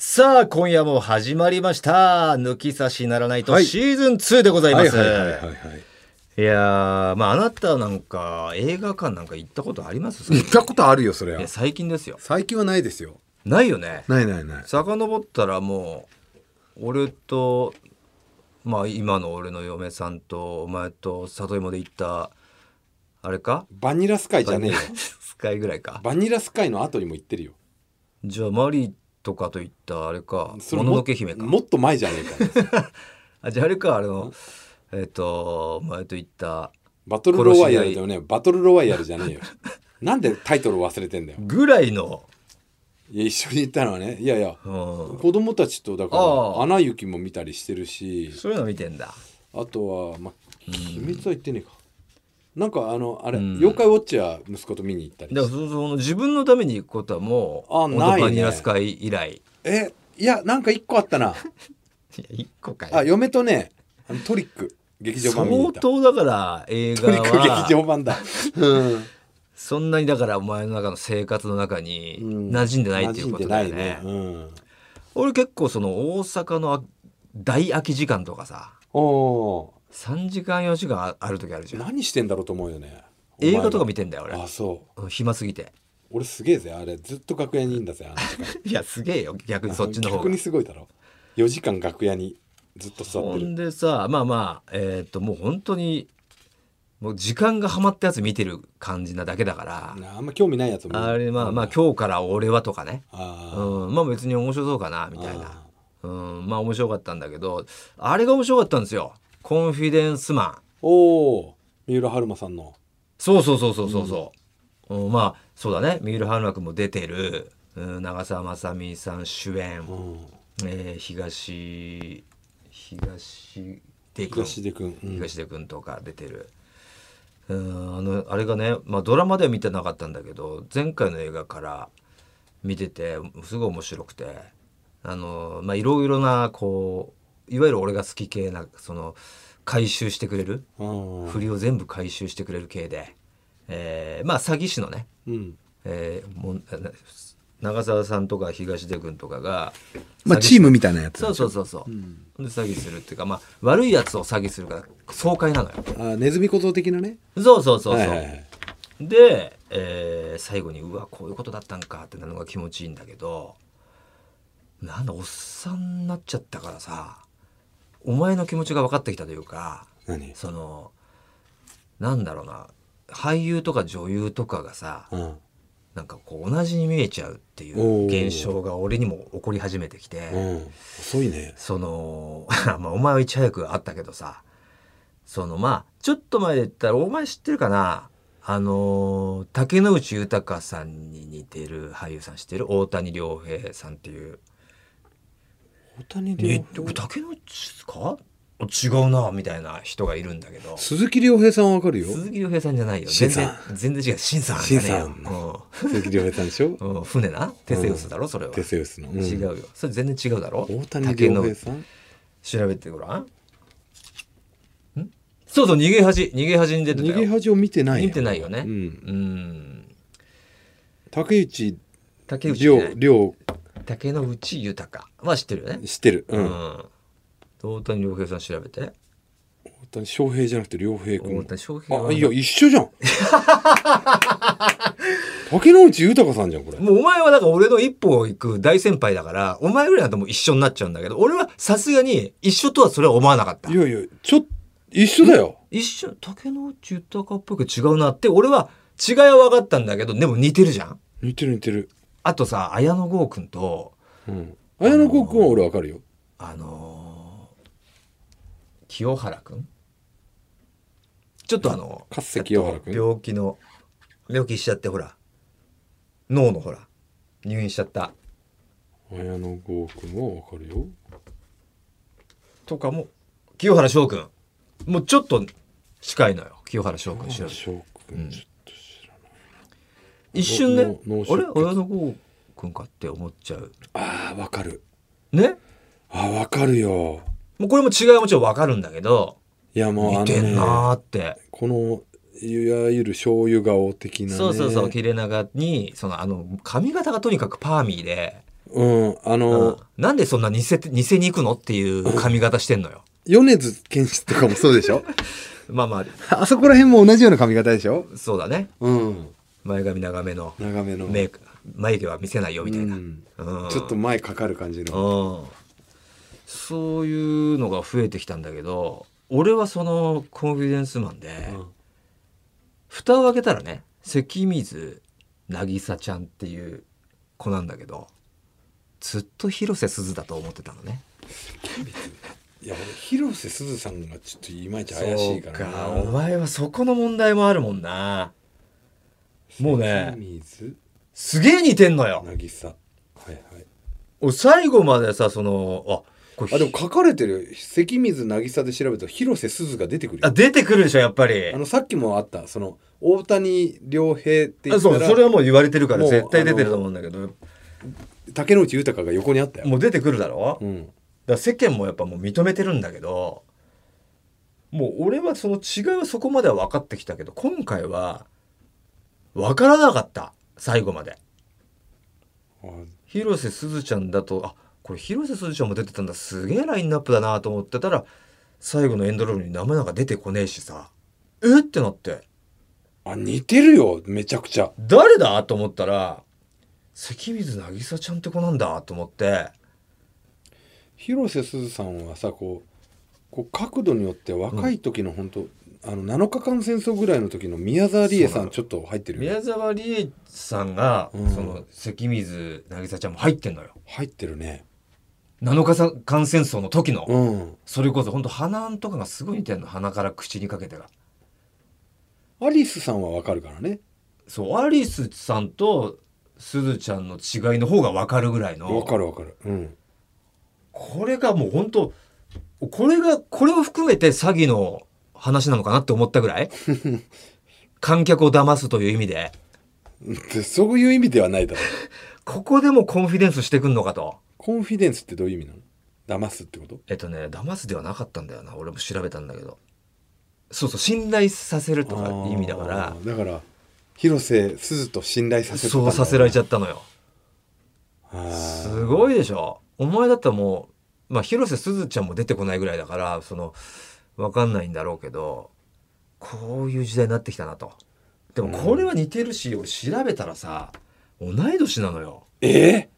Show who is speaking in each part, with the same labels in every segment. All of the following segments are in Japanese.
Speaker 1: さあ、今夜も始まりました。抜き差しならないと、
Speaker 2: はい
Speaker 1: シーズン2でございま
Speaker 2: はい
Speaker 1: す。
Speaker 2: はい
Speaker 1: い
Speaker 2: はいはいはい。
Speaker 1: やー、まあ、あなたなんか、映画館なんか行ったことあります
Speaker 2: 行ったことあるよ、それ
Speaker 1: い
Speaker 2: は
Speaker 1: や。最近ですよ。
Speaker 2: 最近はないですよ。
Speaker 1: ないよね。
Speaker 2: ないないない。
Speaker 1: 遡ったらもう、俺と、まあ、今の俺の嫁さんと、お前と、里芋で行った、あれか
Speaker 2: バニラスカイじゃねえよ。
Speaker 1: スカイぐらいか。
Speaker 2: バニラスカイの後にも行ってるよ。
Speaker 1: じゃあ、マリとかと行った、あれか、も
Speaker 2: も
Speaker 1: ののけ姫か。
Speaker 2: もっと前じゃねえかよ。
Speaker 1: あじゃああれかあのえっ、と前と言った
Speaker 2: バトルロワイヤルだよね。バトルロワイヤルじゃねえよ。なんでタイトル忘れてんだよ。
Speaker 1: ぐらいの、
Speaker 2: いや、一緒に行ったのはね。いやいや。
Speaker 1: うん、
Speaker 2: 子供たちとだか
Speaker 1: ああ
Speaker 2: ら「アナ雪」も見たりしてるし
Speaker 1: そういうの見てんだ
Speaker 2: あとは「まあ、鬼滅」は行ってねえかなんかあのあれ「
Speaker 1: うん
Speaker 2: 妖怪ウォッチ」は息子と見に行ったり
Speaker 1: だから
Speaker 2: して
Speaker 1: そのその自分のために行くことはもう
Speaker 2: あ
Speaker 1: オド
Speaker 2: ないね
Speaker 1: バニラスカイ以来
Speaker 2: えいやなんか一個あったない
Speaker 1: や一個か
Speaker 2: あ
Speaker 1: よ
Speaker 2: 嫁とねあのトリック劇場
Speaker 1: 相
Speaker 2: 版見に行ったト
Speaker 1: 当だから映画
Speaker 2: リック劇
Speaker 1: は
Speaker 2: 場版だ、うん、
Speaker 1: そんなにだからお前の中の生活の中に
Speaker 2: うん
Speaker 1: 馴染んでないっていうことだよね,、
Speaker 2: 馴染んでないね、うん、
Speaker 1: 俺結構その大阪のあ大空き時間とかさ
Speaker 2: おお
Speaker 1: 3時間4時間あある時あるじゃん
Speaker 2: 何してんだろうと思うよね
Speaker 1: 映画とか見
Speaker 2: て
Speaker 1: てんだよ
Speaker 2: あ
Speaker 1: 俺
Speaker 2: そう
Speaker 1: うん暇すぎて
Speaker 2: 俺すげえぜあれずっと楽屋にいんだぜあの時間
Speaker 1: いやすげえよ逆 にそっちの方
Speaker 2: 逆
Speaker 1: が
Speaker 2: にすごいだろ4時間楽屋にずっと座っ
Speaker 1: ほ
Speaker 2: てる
Speaker 1: んでさまあまあえっ、ともう本当にもう時間がはまったやつ見てる感じなだけだから、
Speaker 2: なあんま興味ないやつも
Speaker 1: あれまあまあ
Speaker 2: 日
Speaker 1: 今日から俺はとかね、う
Speaker 2: あ
Speaker 1: ん、まあ別に面白そうかな
Speaker 2: ー
Speaker 1: みたいな
Speaker 2: あ、
Speaker 1: うん、まあ面白かったんだけどあれが面白かったんですよ「コンフィデンスマン
Speaker 2: ーおお三浦春馬さんの」
Speaker 1: そうそうそうそうそうそう、うんまあそうだね三浦春馬君も出てる、うん、長澤まさみさん主演、
Speaker 2: うん
Speaker 1: えー東東出君
Speaker 2: 東出君、うん、
Speaker 1: 東出君とか出てる、うん、あのあれがね、まあ、ドラマでは見てなかったんだけど前回の映画から見ててすごい面白くてあのまあいろいろなこういわゆる俺が好き系なその回収してくれる
Speaker 2: うん
Speaker 1: 振りを全部回収してくれる系で、えーまあ詐欺師のね
Speaker 2: うん
Speaker 1: えーもんあな長澤さんとか東出君とかが
Speaker 2: まあ
Speaker 1: 詐欺
Speaker 2: チームみたいなやつ
Speaker 1: そうそうそうそう、で詐欺するっていうか、まあ、悪いやつを詐欺するから爽快なのよ
Speaker 2: あネズミ小僧的なね
Speaker 1: そうそうそうそう、
Speaker 2: はいはいはい
Speaker 1: で、えー最後にうわこういうことだったんかってなるのが気持ちいいんだけどなんだおっさんになっちゃったからさお前の気持ちが分かってきたというか
Speaker 2: 何
Speaker 1: そのなんだろうな俳優とか女優とかがさ、
Speaker 2: うん
Speaker 1: なんかこう同じに見えちゃうっていう
Speaker 2: おー
Speaker 1: 現象が俺にも起こり始めてきて、
Speaker 2: うん遅いね
Speaker 1: その まあお前はいち早くあったけどさそのまあちょっと前で言ったらお前知ってるかなあのー竹野内豊さんに似てる俳優さん知ってる大谷亮平さんっていう。
Speaker 2: 大谷
Speaker 1: え
Speaker 2: 亮
Speaker 1: 竹野内ですか違うなみたいな人がいるんだけど
Speaker 2: 鈴木亮平さんはわかるよ
Speaker 1: 鈴木亮平さんじゃないよ全
Speaker 2: シンさ
Speaker 1: 然
Speaker 2: ん
Speaker 1: 全然違う新さん
Speaker 2: シン
Speaker 1: じゃねえよ
Speaker 2: さん鈴木亮平さんで しょ
Speaker 1: うんうん、船なテセウスだろそれは、
Speaker 2: テセウスの、うん
Speaker 1: 違うよそれ全然違うだろ
Speaker 2: 大谷亮平
Speaker 1: 竹
Speaker 2: さん
Speaker 1: 野調べてごらんんそうそう逃げ恥逃げ恥に出てた
Speaker 2: 逃
Speaker 1: よ
Speaker 2: げ恥を見てないよ
Speaker 1: 見てないよね
Speaker 2: うん、
Speaker 1: うん
Speaker 2: 竹内
Speaker 1: 竹内
Speaker 2: 涼
Speaker 1: ね
Speaker 2: 涼
Speaker 1: 竹野内豊は知ってるよね
Speaker 2: 知ってる、
Speaker 1: う
Speaker 2: うん
Speaker 1: ん大谷亮平さん調べて
Speaker 2: 大谷翔平じゃなくて亮平
Speaker 1: 大
Speaker 2: 君
Speaker 1: 谷翔平は
Speaker 2: あいや一緒じ ゃん竹野内豊さんじゃんこれ
Speaker 1: もうお前はだから俺の一歩を行く大先輩だからお前ぐらいだともう一緒になっちゃうんだけど俺はさすがに一緒とはそれは思わなかった
Speaker 2: いやいやちょっ一緒だよ
Speaker 1: 一緒竹野内豊っぽいけど違うなって俺は違いは分かったんだけどでも似てるじゃん
Speaker 2: 似てる似てる、
Speaker 1: あとさ綾野剛君と
Speaker 2: うん、綾野剛君は俺わかるよ
Speaker 1: あのー清原君ちょっとあの
Speaker 2: かつて清原君
Speaker 1: 病気の病気しちゃってほら脳のほら入院しちゃった
Speaker 2: 綾野剛君はわかるよ
Speaker 1: とかも清原翔君もうちょっと近いのよ清原翔君調べて
Speaker 2: 翔く
Speaker 1: うん
Speaker 2: んちょっと知らない
Speaker 1: 一瞬ね
Speaker 2: 脳
Speaker 1: あれ
Speaker 2: 出血
Speaker 1: 綾野剛君かって思っちゃう
Speaker 2: あーわかる
Speaker 1: ね
Speaker 2: あわかるよ
Speaker 1: もうこれも違いはもちろん分かるんだけど
Speaker 2: いやもうあの
Speaker 1: 似てん
Speaker 2: ね
Speaker 1: なーって、
Speaker 2: このいわゆる醤油顔的なね
Speaker 1: そうそうそう切れ長にそのあの髪型がとにかくパーミーで
Speaker 2: うん、あの、
Speaker 1: なんでそんな偽て偽に行くのっていう髪型してんのよ。
Speaker 2: 米津玄師とかもそうでしょ
Speaker 1: まあま
Speaker 2: あそこら辺も同じような髪型でしょ
Speaker 1: あそうだね
Speaker 2: うん。
Speaker 1: 前髪長めの
Speaker 2: 長めの。
Speaker 1: メイク眉毛は見せないよみたいな、
Speaker 2: うん
Speaker 1: うん
Speaker 2: ちょっと前かかる感じの。
Speaker 1: うんそういうのが増えてきたんだけど俺はそのコンフィデンスマンで、
Speaker 2: うん
Speaker 1: 蓋を開けたらね関水渚ちゃんっていう子なんだけどずっと広瀬すずだと思ってたのね
Speaker 2: いや、俺広瀬すずさんがちょっといまいち怪しいからな。
Speaker 1: そうお前はそこの問題もあるもんなもうね
Speaker 2: 水、
Speaker 1: すげえ似てんのよ
Speaker 2: 渚。はいはい。
Speaker 1: 俺最後までさそのあこれ
Speaker 2: あ、でも書かれてるよ。関水渚で調べたら広瀬すずが出てくる
Speaker 1: あ
Speaker 2: よ。
Speaker 1: 出てくるでしょやっぱり
Speaker 2: あの、さっきもあった、その、大谷良平って言
Speaker 1: あ
Speaker 2: った
Speaker 1: そう
Speaker 2: ら、
Speaker 1: それはもう言われてるから
Speaker 2: もう
Speaker 1: 絶対出てると思うんだけど
Speaker 2: 竹野内豊が横にあったよ。
Speaker 1: もう出てくるだろ、だか
Speaker 2: うん。
Speaker 1: ら世間もやっぱもう認めてるんだけどもう俺はその違いはそこまでは分かってきたけど今回は分からなかった最後まで
Speaker 2: あ
Speaker 1: 広瀬すずちゃんだとあこれ広瀬すずちゃんも出てたんだすげえラインナップだなと思ってたら最後のエンドロールに名前なんか出てこねえしさえってなって
Speaker 2: あ、似てるよ、めちゃくちゃ。
Speaker 1: 誰だと思ったら関水渚ちゃんって子なんだと思って
Speaker 2: 広瀬すずさんはさ、こう、こう角度によって若い時の本当、あの7日間戦争ぐらいの時の宮沢りえさんちょっと入ってるよね
Speaker 1: 宮沢りえさんが、
Speaker 2: うん
Speaker 1: その関水渚ちゃんも入ってんのよ
Speaker 2: 入ってるね
Speaker 1: 7日さ間戦争の時の、
Speaker 2: うん
Speaker 1: それこそ本当鼻とかがすごい似てんの鼻から口にかけてが
Speaker 2: アリスさんはわかるからね
Speaker 1: そうアリスさんとすずちゃんの違いの方が分かるぐらいの
Speaker 2: わかるわかるうん
Speaker 1: これがもう本当これがこれを含めて詐欺の話なのかなって思ったぐ らい観客を騙すという意味で
Speaker 2: でそういう意味ではないだろう
Speaker 1: ここでもコンフィデンスしてくんのかと
Speaker 2: コンフィデンスってどういう意味なの騙すってこと
Speaker 1: えっとね騙すではなかったんだよな俺も調べたんだけどそうそう信頼させるとかって意味だから
Speaker 2: あーだから広瀬すずと信頼させて
Speaker 1: そうさせられちゃ
Speaker 2: っ
Speaker 1: ったのよ
Speaker 2: た
Speaker 1: す
Speaker 2: い
Speaker 1: ごいでしょお前だったらもう、まあ、広瀬すずちゃんも出てこないぐらいだからその分かんないんだろうけどこういう時代になってきたなとでもこれは似てるし、俺調べたらさ同い年なのよ
Speaker 2: え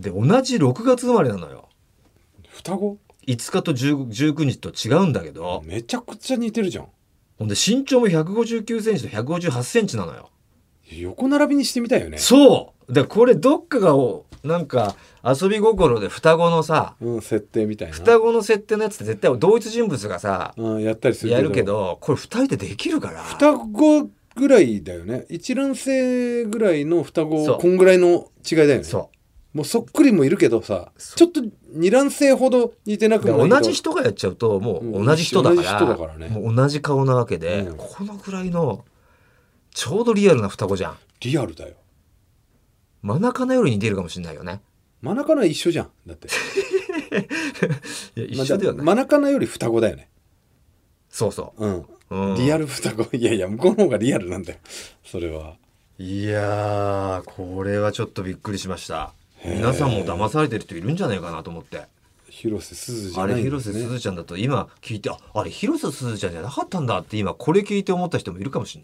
Speaker 1: で同じ6月生まれなのよ
Speaker 2: ー、双子
Speaker 1: 5日と10 19日と違うんだけど、
Speaker 2: めちゃくちゃ似てるじゃん
Speaker 1: ほんで身長も159センチと158センチなのよ
Speaker 2: 横並びにしてみたいよね
Speaker 1: そうでこれどっかがおなんか遊び心で双子のさ
Speaker 2: うん設定みたいな
Speaker 1: 双子の設定のやつって絶対同一人物がさ
Speaker 2: うん、やったりする
Speaker 1: やるけどこれ二人でできるから
Speaker 2: 双子ぐらいだよね一卵性ぐらいの双
Speaker 1: そ
Speaker 2: 子
Speaker 1: う
Speaker 2: こんぐらいの違いだよね
Speaker 1: そ
Speaker 2: もうそっくりもいるけどさ
Speaker 1: そう
Speaker 2: ちょっと二卵性ほど似てな
Speaker 1: う
Speaker 2: く
Speaker 1: だ
Speaker 2: も
Speaker 1: から
Speaker 2: ないけど
Speaker 1: 同じ人がやっちゃうとも
Speaker 2: う
Speaker 1: うん同じ人だから,、
Speaker 2: 同じ人だからね
Speaker 1: もう同じ顔なわけで、
Speaker 2: うん
Speaker 1: このぐらいのちょうどリアルな双子じゃん
Speaker 2: リアルだよ
Speaker 1: 真中のより似てるかもしれないよね
Speaker 2: 真中のは一緒じゃんだって
Speaker 1: いや一緒ではない、
Speaker 2: まあじゃあ真中のより双子だよね
Speaker 1: そうそ
Speaker 2: うん、
Speaker 1: う、うん、
Speaker 2: リアル双子いやいや向こうの方がリアルなんだよそれはい
Speaker 1: やーこれはちょっとびっくりしました
Speaker 2: へー
Speaker 1: 皆さんも騙されてる人いるんじゃないかなと思って
Speaker 2: 広瀬すずじ
Speaker 1: あ
Speaker 2: ゃな
Speaker 1: れ
Speaker 2: いんで
Speaker 1: 広
Speaker 2: す
Speaker 1: 瀬
Speaker 2: ね
Speaker 1: すずちゃんだと今聞いてああれ広瀬すずちゃんじゃなかったんだって今これ聞いて思った人もいるかもし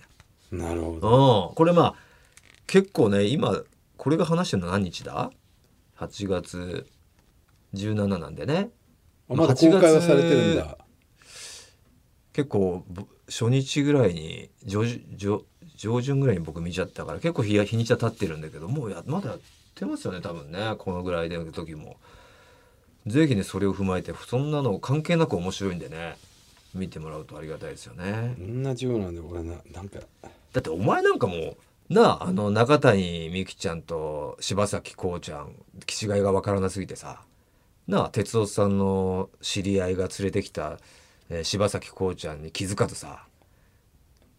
Speaker 1: れない
Speaker 2: なるほど
Speaker 1: うん、これまあ結構ね今これが話してるの何日だ ?8 月17なんでね
Speaker 2: あまだ公開はされてるん
Speaker 1: 8
Speaker 2: だ
Speaker 1: 結構ぼ初日ぐらいに上旬上上旬ぐらいに僕見ちゃったから結構日や日にちは経ってるんだけどもうやまだやってますよね多分ねこのぐらいでの時も。ぜひねそれを踏まえてそんなの関係なく面白いんでね見てもらうとありがたいですよね。
Speaker 2: 同じようなんで俺ななんか
Speaker 1: だってお前なんかもうなああの中谷美紀ちゃんと柴咲コウちゃん気違いがわからなすぎてさなあ哲夫さんの知り合いが連れてきた、えー柴咲コウちゃんに気づかずさ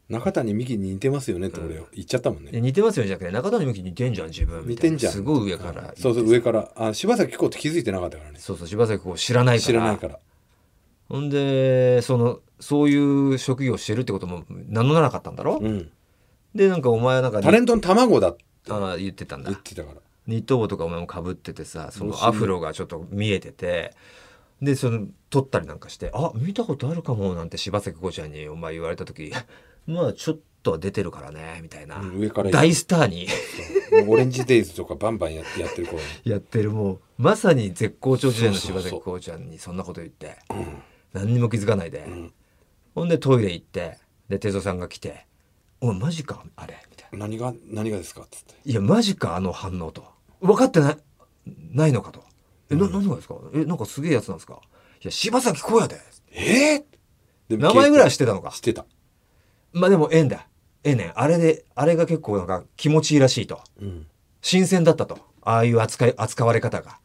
Speaker 2: 中谷美紀に似てますよねって俺言っちゃったもんね
Speaker 1: 「え似てますよね」じゃなくて「中谷美紀似てんじゃん自分」み
Speaker 2: 似
Speaker 1: たい
Speaker 2: て
Speaker 1: なん
Speaker 2: じゃん
Speaker 1: すごい上から言ってさ
Speaker 2: そうそう上からあ柴咲コウって気づいてなかったからね
Speaker 1: そうそう柴咲コウ知らないから
Speaker 2: 知らないから
Speaker 1: ほんでそのそういう職業をしてるってことも名乗らなかったんだろ、
Speaker 2: うん
Speaker 1: でなんかお前はなんか
Speaker 2: タレントの卵だって
Speaker 1: あー言ってたんだ
Speaker 2: 言ってたから
Speaker 1: ニット帽とかお前もかぶっててさそのアフロがちょっと見えててでその撮ったりなんかして「あ見たことあるかも」なんて柴咲コウちゃんにお前言われた時 「まあちょっとは出てるからね」みたいな、
Speaker 2: うん上から
Speaker 1: 大スターに
Speaker 2: そうもうオレンジデイズとかバンバンやってやってる頃に
Speaker 1: やってるもうまさに絶好調時代の
Speaker 2: そう
Speaker 1: 柴
Speaker 2: そうそう
Speaker 1: 咲コウちゃんにそんなこと言って何にも気づかないで、
Speaker 2: ん
Speaker 1: ほんでトイレ行ってで哲夫さんが来て「おいマジかあれ」みたいな。
Speaker 2: 何が何がですかっつって
Speaker 1: いや、マジか、あの反応と。分かってない、ないのかと。え、な、何がですかえ、なんかすげえやつなんですかいや、柴咲コウやで。
Speaker 2: ええで
Speaker 1: 名前ぐらいは知
Speaker 2: し
Speaker 1: ってたのか
Speaker 2: 知っ。てた
Speaker 1: まあでも、縁だ。ええねん。あれで、あれが結構なんか気持ちいいらしいと。
Speaker 2: うん
Speaker 1: 新鮮だったと。ああいう扱い、扱われ方が。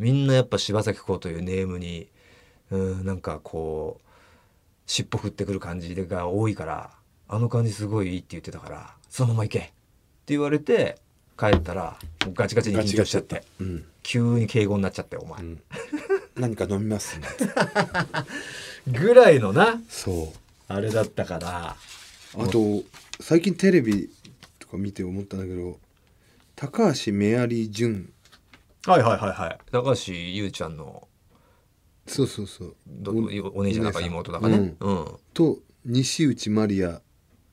Speaker 1: みんなやっぱ柴咲コウというネームに、うん、なんかこう、尻尾振ってくる感じが多いから、あの感じすごいいいって言ってたから、そのまま行け。って言われて、帰ったら、もうガチガチに緊張しちゃって。
Speaker 2: うん、
Speaker 1: 急に敬語になっちゃってお前、
Speaker 2: うん、何か飲みますね
Speaker 1: ぐらいのな
Speaker 2: そう
Speaker 1: あれだったから
Speaker 2: あと最近テレビとか見て思ったんだけど高橋メアリー純
Speaker 1: はいはいはいはい高橋優ちゃんの
Speaker 2: そうそうそう
Speaker 1: どお姉ちゃんだか妹だかねうん、
Speaker 2: と西内まりや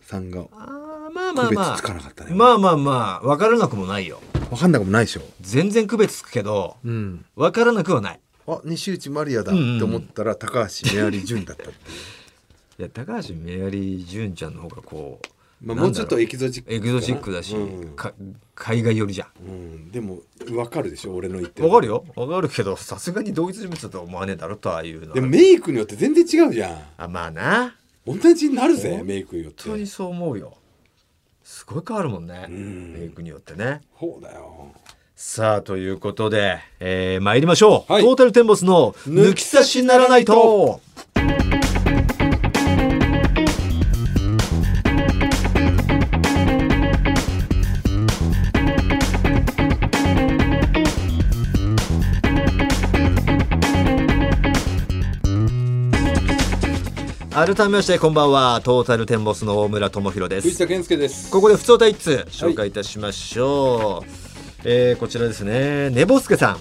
Speaker 2: さんが
Speaker 1: あーまあまあ
Speaker 2: 区
Speaker 1: ま
Speaker 2: 別つか
Speaker 1: あ
Speaker 2: なかったね、
Speaker 1: まあまあまあ分からなくもないよ
Speaker 2: 分かんなくもないでしょ
Speaker 1: 全然区別つくけど
Speaker 2: うん
Speaker 1: 分からなくはない
Speaker 2: あ西内まりやだって思ったら高橋メアリー純だったっていう
Speaker 1: いや高橋メアリー純ちゃんの方がこう
Speaker 2: まあ、
Speaker 1: な
Speaker 2: も
Speaker 1: ん
Speaker 2: う
Speaker 1: だ
Speaker 2: ち
Speaker 1: ろ
Speaker 2: ょっとエキゾチックかな
Speaker 1: エキゾチックだし、
Speaker 2: うん
Speaker 1: か海外寄りじゃん
Speaker 2: うん、でも分かるでしょ俺の言って
Speaker 1: わかる
Speaker 2: よ
Speaker 1: よわかるけどさすがに同一人物だとは思わねえだろとああいうの
Speaker 2: でもメイクによって全然違うじゃん
Speaker 1: あまあな
Speaker 2: 同じになる
Speaker 1: 本
Speaker 2: ぜ
Speaker 1: 当
Speaker 2: メイクによっ
Speaker 1: 本当
Speaker 2: て
Speaker 1: にそう思うよすごい変わるもんね
Speaker 2: うん
Speaker 1: メイクによってね
Speaker 2: そうだよ
Speaker 1: さあということで、えー、参りましょう、
Speaker 2: はい
Speaker 1: トータルテンボスの「抜き差しならないと」改めましてこんばんはトータルテンボスの大村智弘です
Speaker 2: 藤田健介です
Speaker 1: ここで不相対一通紹介いたしましょう、えーこちらですねねぼすけさん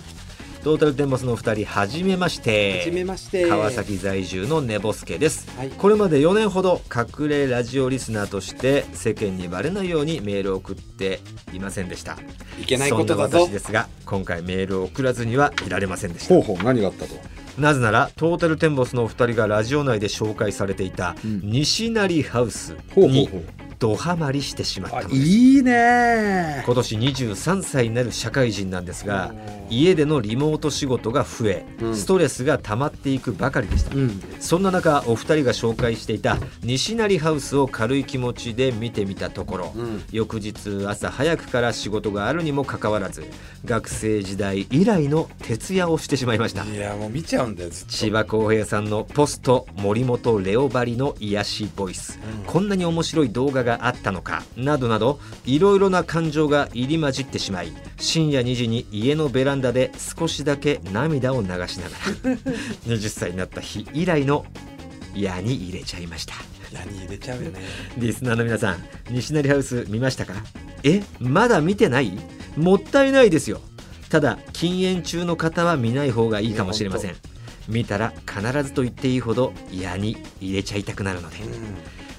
Speaker 1: トータルテンボスのお二人はじめまして
Speaker 2: はじめまして
Speaker 1: 川崎在住のねぼすけです、
Speaker 2: はい
Speaker 1: これまで4年ほど隠れラジオリスナーとして世間にバレないようにメールを送っていませんでした
Speaker 2: いけないことだぞ
Speaker 1: そんな私ですが今回メールを送らずにはいられませんでした
Speaker 2: うほう何があったと
Speaker 1: なぜならトータルテンボスのお二人がラジオ内で紹介されていた
Speaker 2: うん
Speaker 1: 西成ハウス
Speaker 2: ほうほう
Speaker 1: に
Speaker 2: ほう
Speaker 1: ドハマりしてしまったの
Speaker 2: あ
Speaker 1: です
Speaker 2: いいね
Speaker 1: 今年23歳になる社会人なんですが
Speaker 2: おー
Speaker 1: 家でのリモート仕事が増え、
Speaker 2: うん
Speaker 1: ストレスが溜まっていくばかりでした、
Speaker 2: うん
Speaker 1: そんな中お二人が紹介していた西成ハウスを軽い気持ちで見てみたところ、
Speaker 2: うん
Speaker 1: 翌日朝早くから仕事があるにもかかわらず学生時代以来の徹夜をしてしまいました
Speaker 2: いやもう見ちゃうんだよずっと
Speaker 1: 千葉公平さんのポスト森本レオバリの癒しボイス、
Speaker 2: うん
Speaker 1: こんなに面白い動画があったのかなどなどいろいろな感情が入り混じってしまい深夜2時に家のベランダで少しだけ涙を流しな がら20歳になった日以来の矢に入れちゃいました
Speaker 2: 何入れちゃうよね
Speaker 1: リスナーの皆さん西成ハウス見ましたかえまだ見てないもったいないですよただ禁煙中の方は見ない方がいいかもしれませ
Speaker 2: い
Speaker 1: ん見たら必ずと言っていいほど矢に入れちゃいたくなるので
Speaker 2: う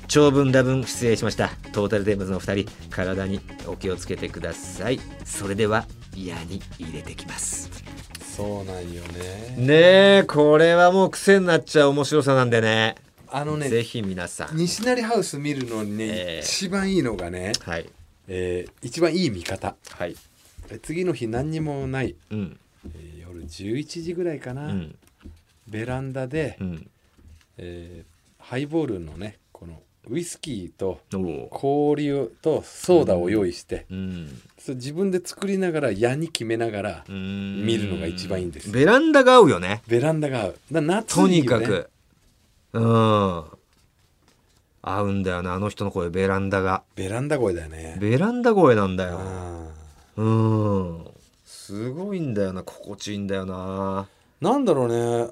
Speaker 1: 長文多文失礼しましたトータルテーブスのお二人体にお気をつけてくださいそれでは矢に入れてきます
Speaker 2: んそうなんよね
Speaker 1: ねえこれはもう癖になっちゃう面白さなんでね
Speaker 2: あの
Speaker 1: ぜ
Speaker 2: ね
Speaker 1: ひ皆さん
Speaker 2: 西成ハウス見るのにね
Speaker 1: えー
Speaker 2: 一番いいのがね
Speaker 1: はい
Speaker 2: えー一番いい見方
Speaker 1: はい
Speaker 2: え次の日何にもない
Speaker 1: うん
Speaker 2: えー夜11時ぐらいか
Speaker 1: う
Speaker 2: な、
Speaker 1: ん
Speaker 2: ベランダで、
Speaker 1: うん
Speaker 2: えーハイボールのねこのウイスキーと
Speaker 1: おお
Speaker 2: 氷をとソーダを用意して、
Speaker 1: うん
Speaker 2: そう自分で作りながら矢に決めながら、
Speaker 1: 見
Speaker 2: 見るのが一番いいんです
Speaker 1: ベランダが合うよね
Speaker 2: ベランダが合うな夏
Speaker 1: とに
Speaker 2: よ
Speaker 1: か
Speaker 2: ね
Speaker 1: く、うん合うんだよなあの人の声ベランダが
Speaker 2: ベランダ声だよね
Speaker 1: ベランダ声なんだよ
Speaker 2: あ
Speaker 1: うんすごいんだよな心地いいんだよな
Speaker 2: ーなんだろうね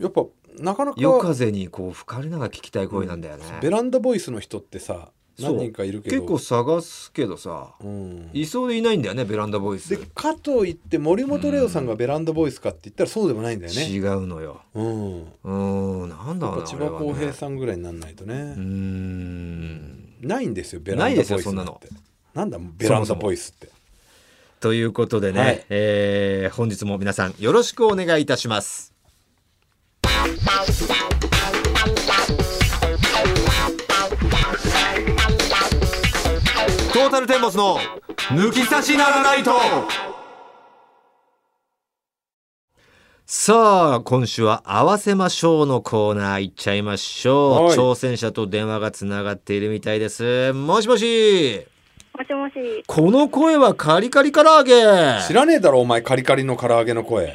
Speaker 2: やっぱなかなか
Speaker 1: 夜風にこう吹かれながら聞きたい声なんだよね、
Speaker 2: ベランダボイスの人ってさ何人かいるけど
Speaker 1: 結構探すけどさ、
Speaker 2: うん、
Speaker 1: いそうでいないんだよねベランダボイス、
Speaker 2: でかといって森本レオさんがベランダボイスかって言ったらそうでもないんだよね
Speaker 1: 違うのよ
Speaker 2: うんやっ
Speaker 1: うーんなんだろう
Speaker 2: ぱ
Speaker 1: な
Speaker 2: 千
Speaker 1: あれ
Speaker 2: 葉
Speaker 1: はね
Speaker 2: 浩平さんぐらいになんないとね
Speaker 1: うーん
Speaker 2: ないんですよベランダボイス
Speaker 1: ないですよそんなの
Speaker 2: なんだベランダボイスって
Speaker 1: ということでね、
Speaker 2: はい
Speaker 1: えー本日も皆さんよろしくお願いいたしますトータルテンボスの抜き差しならないとさあ今週は「合わせましょう」のコーナーいっちゃいましょう、
Speaker 2: はい
Speaker 1: 挑戦者と電話がつながっているみたいですもしもし
Speaker 3: もしもし。
Speaker 1: この声はカリカリ唐揚げ
Speaker 2: 知らねえだろお前カリカリの唐揚げの声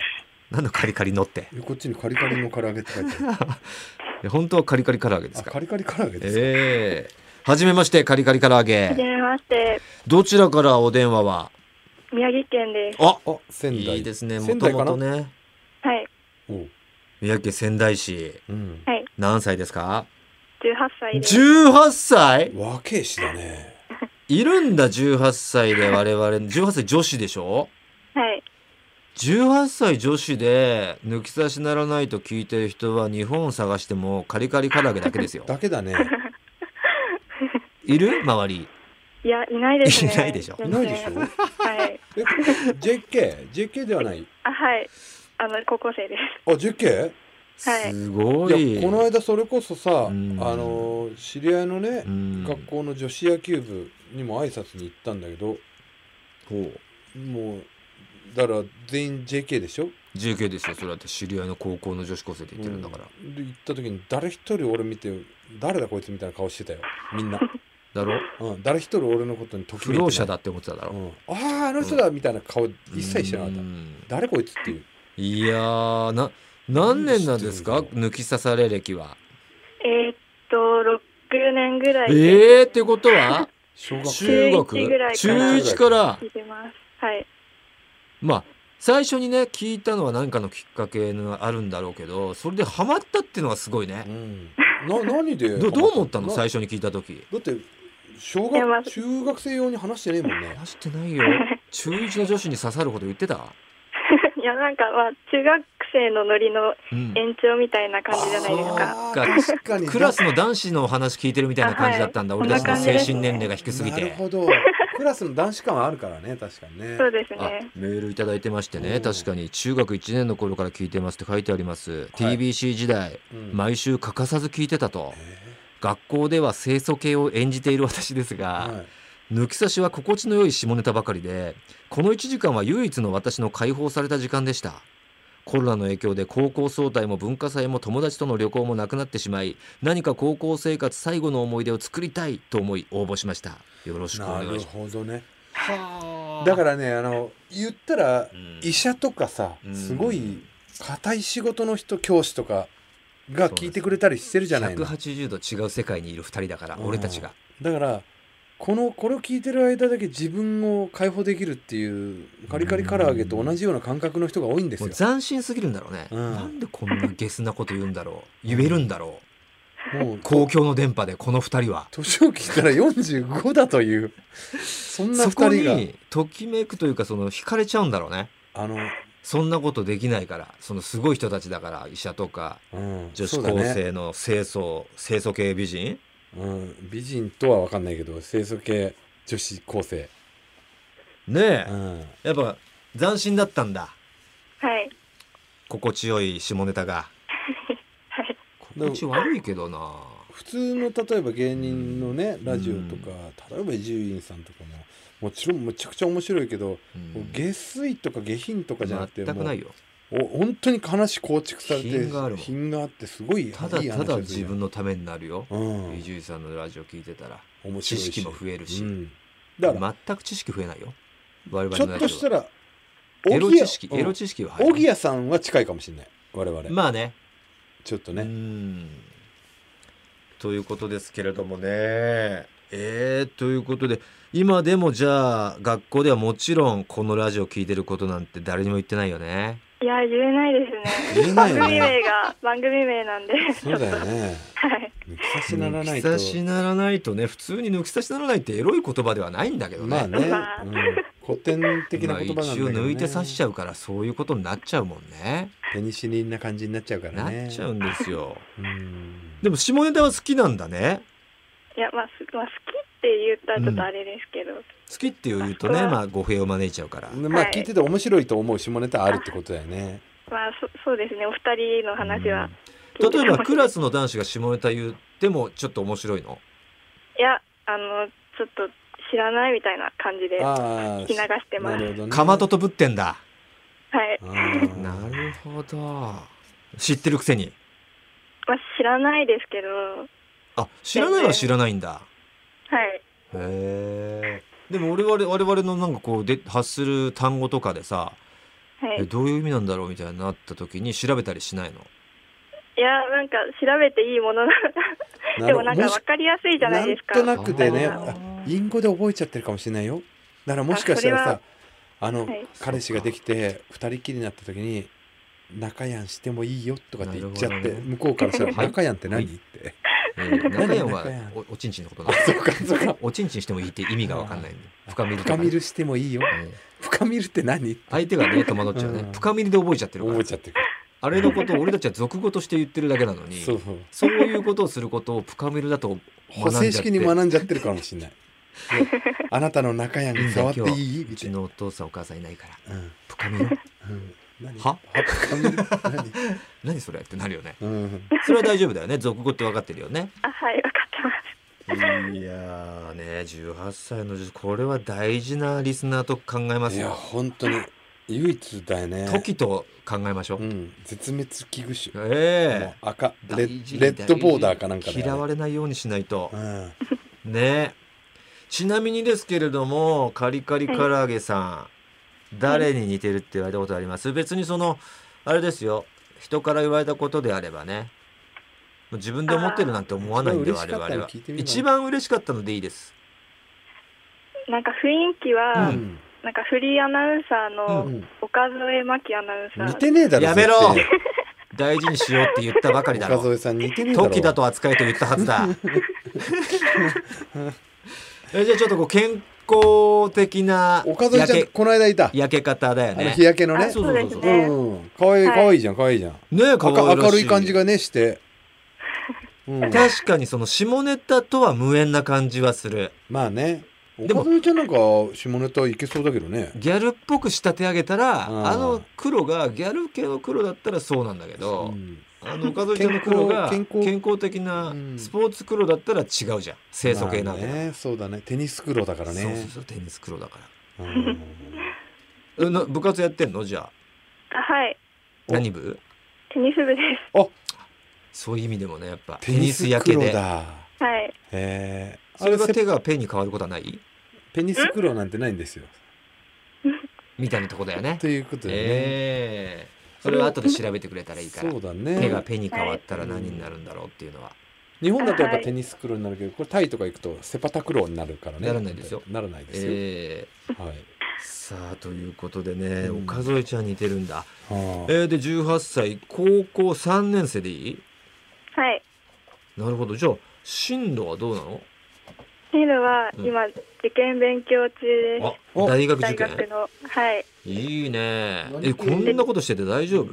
Speaker 1: 何のカリカリのって
Speaker 2: えこっちにカリカリの唐揚げって書いてある
Speaker 1: え本当はカリカリ唐揚げです
Speaker 2: あ
Speaker 1: か
Speaker 2: カリカリ唐揚げですか
Speaker 1: ええはじめましてカリカリ唐揚
Speaker 3: はじ
Speaker 1: げ
Speaker 3: めまして。
Speaker 1: どちらからお電話は
Speaker 3: 宮城県です。
Speaker 1: あ
Speaker 2: あ仙台
Speaker 1: いいですねも
Speaker 2: 仙
Speaker 1: と
Speaker 2: 台
Speaker 1: も
Speaker 2: かな
Speaker 1: とね
Speaker 3: はい。
Speaker 2: おう
Speaker 1: 宮城県仙台市
Speaker 2: うん
Speaker 3: はい。
Speaker 1: 何歳ですか
Speaker 3: 18歳です。
Speaker 1: 18歳
Speaker 2: 若えしだね
Speaker 1: いるんだ18歳で我々18歳女子でしょ
Speaker 3: はい。
Speaker 1: 18歳女子で抜き差しならないと聞いてる人は日本を探してもカリカリ唐揚げだけですよ
Speaker 2: だけ だね
Speaker 1: いる周り
Speaker 3: いや、いないですね。
Speaker 1: いないでしょ
Speaker 3: 全
Speaker 2: い
Speaker 3: 然
Speaker 2: ないでしょ
Speaker 3: はい。
Speaker 2: え JK JK ではない
Speaker 3: あ、はい。あの、高校生です。
Speaker 2: あ JK
Speaker 3: はい
Speaker 1: すごい
Speaker 2: いやこの間それこそさあ
Speaker 1: うん
Speaker 2: の知り合いのね
Speaker 1: うん
Speaker 2: 学校の女子野球部にも挨拶に行ったんだけど
Speaker 1: ほう
Speaker 2: もうだから全員 JK でしょ
Speaker 1: 19ですよそれだって知り合いの高校の女子高生で言ってるんだから、
Speaker 2: うんで行った時に誰一人俺見て誰だこいつみたいな顔してたよみ んな、
Speaker 1: だろ
Speaker 2: うん、誰一人俺のことに時
Speaker 1: 不老者だって思ってただろ、
Speaker 2: うん、あああの人だみたいな顔一切してなかった、
Speaker 1: うん
Speaker 2: 誰こいつっていう
Speaker 1: いやーな何年なんですか
Speaker 2: 何してん
Speaker 1: 抜き刺され歴は
Speaker 3: えーっと、6年ぐらいで
Speaker 1: えー、ってことは
Speaker 2: 小学生
Speaker 1: 中学
Speaker 3: 中一ぐらいか
Speaker 1: 中
Speaker 3: ら
Speaker 1: 1から
Speaker 3: 聞いてます。はい。
Speaker 1: まあ最初にね聞いたのは何かのきっかけがあるんだろうけどそれでハマったっていうのはすごいね、
Speaker 2: な 何で
Speaker 1: どどう思ったの
Speaker 2: な
Speaker 1: 最初に聞いた時
Speaker 2: だって小
Speaker 3: いやまあ
Speaker 2: 学中学生用に話してねえもんね
Speaker 1: 話してないよ中1の女子に刺さるほど言ってた、
Speaker 3: いや、なんか、まあ、中学生のノリの
Speaker 1: うん、
Speaker 3: 延長みたいな感じじゃないですか。
Speaker 1: か
Speaker 2: 確かに
Speaker 1: クラスの男子のお話聞いてるみたいな感じだったんだ、
Speaker 3: あはい
Speaker 1: 俺たちの
Speaker 3: そんな感じ
Speaker 1: 精
Speaker 3: です
Speaker 1: 神年齢が低すぎ
Speaker 2: なる
Speaker 1: て。
Speaker 2: ほどクラスの男子感はあるからね確かにね
Speaker 3: そうです
Speaker 1: あ
Speaker 3: ね。
Speaker 1: メールいただいてまして
Speaker 2: う
Speaker 1: ね
Speaker 2: ん
Speaker 1: 確かに中学1年の頃から聞いてますって書いてあります、
Speaker 2: はい
Speaker 1: TBC 時代
Speaker 2: うん
Speaker 1: 毎週欠かさず聞いてたと
Speaker 2: え
Speaker 1: 学校では清楚系を演じている私ですが、
Speaker 2: ーはい
Speaker 1: 抜き差しは心地の良い下ネタばかりでこの1時間は唯一の私の解放された時間でしたコロナの影響で高校総体も文化祭も友達との旅行もなくなってしまい何か高校生活最後の思い出を作りたいと思い応募しましたよろしくお
Speaker 2: な
Speaker 1: 願
Speaker 2: る
Speaker 1: いし
Speaker 2: ほどね
Speaker 1: ます
Speaker 2: だかららねあの言ったら
Speaker 1: うん
Speaker 2: 医者とかさ
Speaker 1: うん
Speaker 2: すごい硬い仕事の人教師とかが聞いてくれたりしてるじゃないの
Speaker 1: 180度違う世界にいる2人だから
Speaker 2: うん
Speaker 1: 俺たちが
Speaker 2: だからこのこれを聞いてる間だけ自分を解放できるっていうカリカリ唐揚げと同じような感覚の人が多いんです
Speaker 1: もう
Speaker 2: よ
Speaker 1: 斬新すぎるんだろうね、
Speaker 2: うん
Speaker 1: なんでこんなゲスなこと言うんだろう言えるんだろ
Speaker 2: もう
Speaker 1: う公共の電波でこの2人は
Speaker 2: 年を聞いたら45だというそんな
Speaker 1: そこ
Speaker 2: 2人が
Speaker 1: にときめくというかその惹かれちゃうんだろうね
Speaker 2: あの、
Speaker 1: そんなことできないからそのすごい人たちだから医者とか
Speaker 2: うん、
Speaker 1: 女
Speaker 2: そ
Speaker 1: 子
Speaker 2: うだ
Speaker 1: 高
Speaker 2: ね
Speaker 1: 生の清楚、清楚系美人
Speaker 2: うん、美人とは分かんないけど清楚系女子高生、
Speaker 1: ね
Speaker 2: う
Speaker 1: え、
Speaker 2: ん、
Speaker 1: やっぱ斬新だったんだ
Speaker 3: はい。
Speaker 1: 心地よい下ネタが
Speaker 3: はい。
Speaker 1: 心地悪いけどな
Speaker 2: 普通の例えば芸人のねラジオとか
Speaker 1: う
Speaker 2: 例えば伊集院さんとかももちろんむちゃくちゃ面白いけど、
Speaker 1: うん
Speaker 2: 下水とか下品とかじゃなくて
Speaker 1: 全くないよ
Speaker 2: もうお本当に話構築されて
Speaker 1: 品があるもん
Speaker 2: 品があってすごい
Speaker 1: ただ
Speaker 2: いい話
Speaker 1: ただ
Speaker 2: する
Speaker 1: 自
Speaker 2: じゃん
Speaker 1: 分のためになるよ
Speaker 2: うん
Speaker 1: 伊集院さんのラジオ聞いてたら
Speaker 2: 面白
Speaker 1: 知
Speaker 2: いし
Speaker 1: 識も増えるし、
Speaker 2: うんだから
Speaker 1: 全く知識増えないよ我々
Speaker 2: ち
Speaker 1: の
Speaker 2: ょっ
Speaker 1: ラ
Speaker 2: と
Speaker 1: ジ
Speaker 2: し
Speaker 1: オ
Speaker 2: たら
Speaker 1: エロ知識
Speaker 2: うん
Speaker 1: エロ知識は入
Speaker 2: 小
Speaker 1: る
Speaker 2: 木屋さんは近いかもしれない我々、
Speaker 1: まあね
Speaker 2: ちょっと
Speaker 1: う
Speaker 2: ね
Speaker 1: んということですけれどもね。えー、ということで今でもじゃあ学校ではもちろんこのラジオ聞いてることなんて誰にも言ってないよね。
Speaker 3: いや、言えないですね。
Speaker 2: 言え ないよね
Speaker 3: 番組名が番組名なんで。
Speaker 2: そうだよね
Speaker 3: はい。
Speaker 2: 抜き差しならない
Speaker 1: 抜き
Speaker 2: と、
Speaker 1: 差しならないとね普通に抜き差しならないってエロい言葉ではないんだけどね,、
Speaker 2: まあね、
Speaker 3: まあ
Speaker 2: うん、古典的な言葉なんだけど、ね、
Speaker 1: まあ一応抜いて差しちゃうからそういうことになっちゃうもんね
Speaker 2: ペニシリンな感じになっちゃうからね
Speaker 1: なっちゃうんですよ
Speaker 2: うん
Speaker 1: でも下ネタは好きなんだね
Speaker 3: いや、まあ、すまあ、好きって言ったらちょっとあれですけど。
Speaker 1: 好きって言うと ねまあ語弊を招いちゃうから
Speaker 2: でまあ
Speaker 3: はい
Speaker 2: 聞いてて面白いと思う下ネタあるってことだよね。
Speaker 3: まあ、そそうですね。お二人の話は聞いて
Speaker 1: 例えば
Speaker 3: ます
Speaker 1: クラスの男子が下ネタ言ってもちょっと面白いの
Speaker 3: いや、あの、ちょっと知らないみたいな感じで聞
Speaker 2: ああ、
Speaker 3: き流してま
Speaker 2: な
Speaker 3: す。は
Speaker 2: るほどね。
Speaker 1: かまととぶってんだ
Speaker 3: い
Speaker 2: あ。ー。
Speaker 1: なるほど知ってるくせに
Speaker 3: まあ、知らないですけど。
Speaker 1: あ知らないは知らないんだ
Speaker 3: はい。
Speaker 1: へえでも俺々我々のなんかこうで発する単語とかでさ
Speaker 3: は
Speaker 1: え
Speaker 3: い。
Speaker 1: どういう意味なんだろうみたいになった時に調べたりしないの
Speaker 3: いや、なんか調べていいものな。
Speaker 2: な
Speaker 3: で
Speaker 2: るほど
Speaker 3: もなんかわかりやすいじゃないですか。
Speaker 2: なんとなくでね、
Speaker 3: あ
Speaker 2: あ隠語で覚えちゃってるかもしれないよ。だからもしかしたら
Speaker 3: あそれ
Speaker 2: さ
Speaker 3: は、
Speaker 2: あの
Speaker 3: はい
Speaker 2: 彼氏ができて二人きりになった時に。仲やんしてもいいよとかって言っちゃ
Speaker 1: な
Speaker 2: っ
Speaker 1: る
Speaker 2: て、
Speaker 1: ほど
Speaker 2: 向こうから したら
Speaker 1: はい
Speaker 2: 仲やんって何って。
Speaker 1: え ー中山は
Speaker 2: 中山
Speaker 1: おおちんちんのことなんだ
Speaker 2: そうかそうか。
Speaker 1: おちんちんしてもいいって意味が分かんないんで深みるとか
Speaker 2: 深
Speaker 1: ね
Speaker 2: みるしてもいいよ。
Speaker 1: うん
Speaker 2: 深みるって何？
Speaker 1: 相手がね戸惑っちゃうね
Speaker 2: うん
Speaker 1: 深みりで覚えちゃってるか
Speaker 2: 覚
Speaker 1: ら
Speaker 2: えちゃってる。
Speaker 1: あれのことを俺たちは俗語として言ってるだけなのに
Speaker 2: そうそう。
Speaker 1: そういうことをすることを深めるだと
Speaker 2: 補正式に学んじゃってるかもし れない。ねあなたの中やんに触っていいみ
Speaker 1: う
Speaker 2: た
Speaker 1: ち
Speaker 2: いな。
Speaker 1: のお父さんお母さんいない から
Speaker 2: うん
Speaker 1: 深める
Speaker 2: うん何
Speaker 1: は
Speaker 2: は何
Speaker 1: 何それってなるよね
Speaker 2: うん
Speaker 1: それは大丈夫だよね俗語って分かってるよね
Speaker 3: あはい、わかってます。
Speaker 1: いやーね18歳の女これは大事なリスナーと考えま
Speaker 2: い
Speaker 1: す
Speaker 2: や
Speaker 1: よ
Speaker 2: 本当に唯一だよね。
Speaker 1: 時と考えましょう、
Speaker 2: うん絶滅危惧種。もう
Speaker 1: え
Speaker 2: 赤
Speaker 1: え
Speaker 2: レッレッドボーダーかなんかだよね。
Speaker 1: 嫌われないようにしないと、
Speaker 2: うん
Speaker 1: ねちなみにですけれどもカリカリ唐揚げさん、誰に似てるって言われたことあります別にそのあれですよ人から言われたことであればねもう自分で思ってるなんて思わないんで
Speaker 2: あー
Speaker 1: 我々は一
Speaker 2: 一
Speaker 1: 番嬉しかったのでいいです
Speaker 3: なんか雰囲気は、
Speaker 1: う
Speaker 3: なんかフリーアナウンサーの
Speaker 2: うん
Speaker 3: 岡添真希アナウンサー、
Speaker 2: 似てねえだろ。
Speaker 1: やめろ
Speaker 2: 絶
Speaker 1: 大事にしようって言ったばかりだ
Speaker 2: 対
Speaker 1: ろ
Speaker 2: 岡添さん似てねえだろ。
Speaker 1: 時だと扱えと言ったはず だ。えじゃあちょっとこう健康的な
Speaker 2: 岡添ちゃん
Speaker 1: 焼け
Speaker 2: この間いた。
Speaker 1: 焼け方だよ
Speaker 2: あの
Speaker 1: ね
Speaker 2: 日。焼けの
Speaker 3: あ
Speaker 2: ね。
Speaker 1: そう
Speaker 3: そうです
Speaker 1: そうそう
Speaker 3: ね、
Speaker 2: うん可愛い
Speaker 3: はい
Speaker 2: 可愛いじゃん可愛いじゃん。
Speaker 1: ねえ可
Speaker 2: 明
Speaker 1: 愛らし
Speaker 2: 明るい感じがねして、うん、
Speaker 1: 確かにその下ネタとは無縁な感じはする。
Speaker 2: まあね
Speaker 1: でも
Speaker 2: 岡添ちゃんなんか下ネタいけそうだけどね
Speaker 1: ギャルっぽく仕立て上げたら、
Speaker 2: うん
Speaker 1: あの黒がギャル系の黒だったらそうなんだけど、
Speaker 2: ん
Speaker 1: あの岡添ちゃんの黒が健
Speaker 2: 健
Speaker 1: 康
Speaker 2: 康
Speaker 1: 的な
Speaker 2: うん
Speaker 1: スポーツ黒だったら違うじゃん清楚系なんだ
Speaker 2: まあねそうだねテニスクローだからね
Speaker 1: そうそうそうテニス黒だから
Speaker 2: うん
Speaker 1: えな部活やってんのじゃあ
Speaker 3: あはい
Speaker 2: お
Speaker 1: 何部
Speaker 3: テニス部で
Speaker 1: そういう意味でもねやっぱテ
Speaker 2: テ
Speaker 1: ニ
Speaker 2: ニ
Speaker 1: ス
Speaker 2: ス
Speaker 1: 焼
Speaker 2: ク
Speaker 1: け
Speaker 2: ロ
Speaker 1: で
Speaker 2: だ
Speaker 3: すはい
Speaker 2: へえ
Speaker 1: そ
Speaker 2: あ
Speaker 1: れ
Speaker 2: れ
Speaker 1: が
Speaker 2: せ
Speaker 1: 手がペンに変わることはない
Speaker 2: ペニスクローなんてないんですよ
Speaker 1: みたいなとこだよね。
Speaker 2: ということでね、
Speaker 1: ええそれは後で調べてくれたらいいから
Speaker 2: そう。だ
Speaker 1: 手が
Speaker 2: ね
Speaker 1: ペンに変わったら何になるんだろうっていうのは。
Speaker 2: 日本だとやっぱ
Speaker 3: はい
Speaker 2: テニスクローになるけどこれタイとか行くとセパタクローになるからね
Speaker 1: ならないですよ
Speaker 2: ならないですよ、
Speaker 1: ええ
Speaker 2: はい
Speaker 1: さあということでね、
Speaker 2: うん
Speaker 1: 岡添ちゃん似てるんだ。
Speaker 2: はあ
Speaker 1: えー、で18歳高校3年生でいい
Speaker 3: はい
Speaker 1: なるほどじゃあ進路はどうなの
Speaker 3: っていうのは、
Speaker 1: うん
Speaker 3: 今受験勉強中です
Speaker 1: あ
Speaker 2: お
Speaker 1: 大学受
Speaker 3: 大学
Speaker 1: 験
Speaker 3: のはい
Speaker 1: いいね
Speaker 2: 何
Speaker 1: えこんなことしてて大丈夫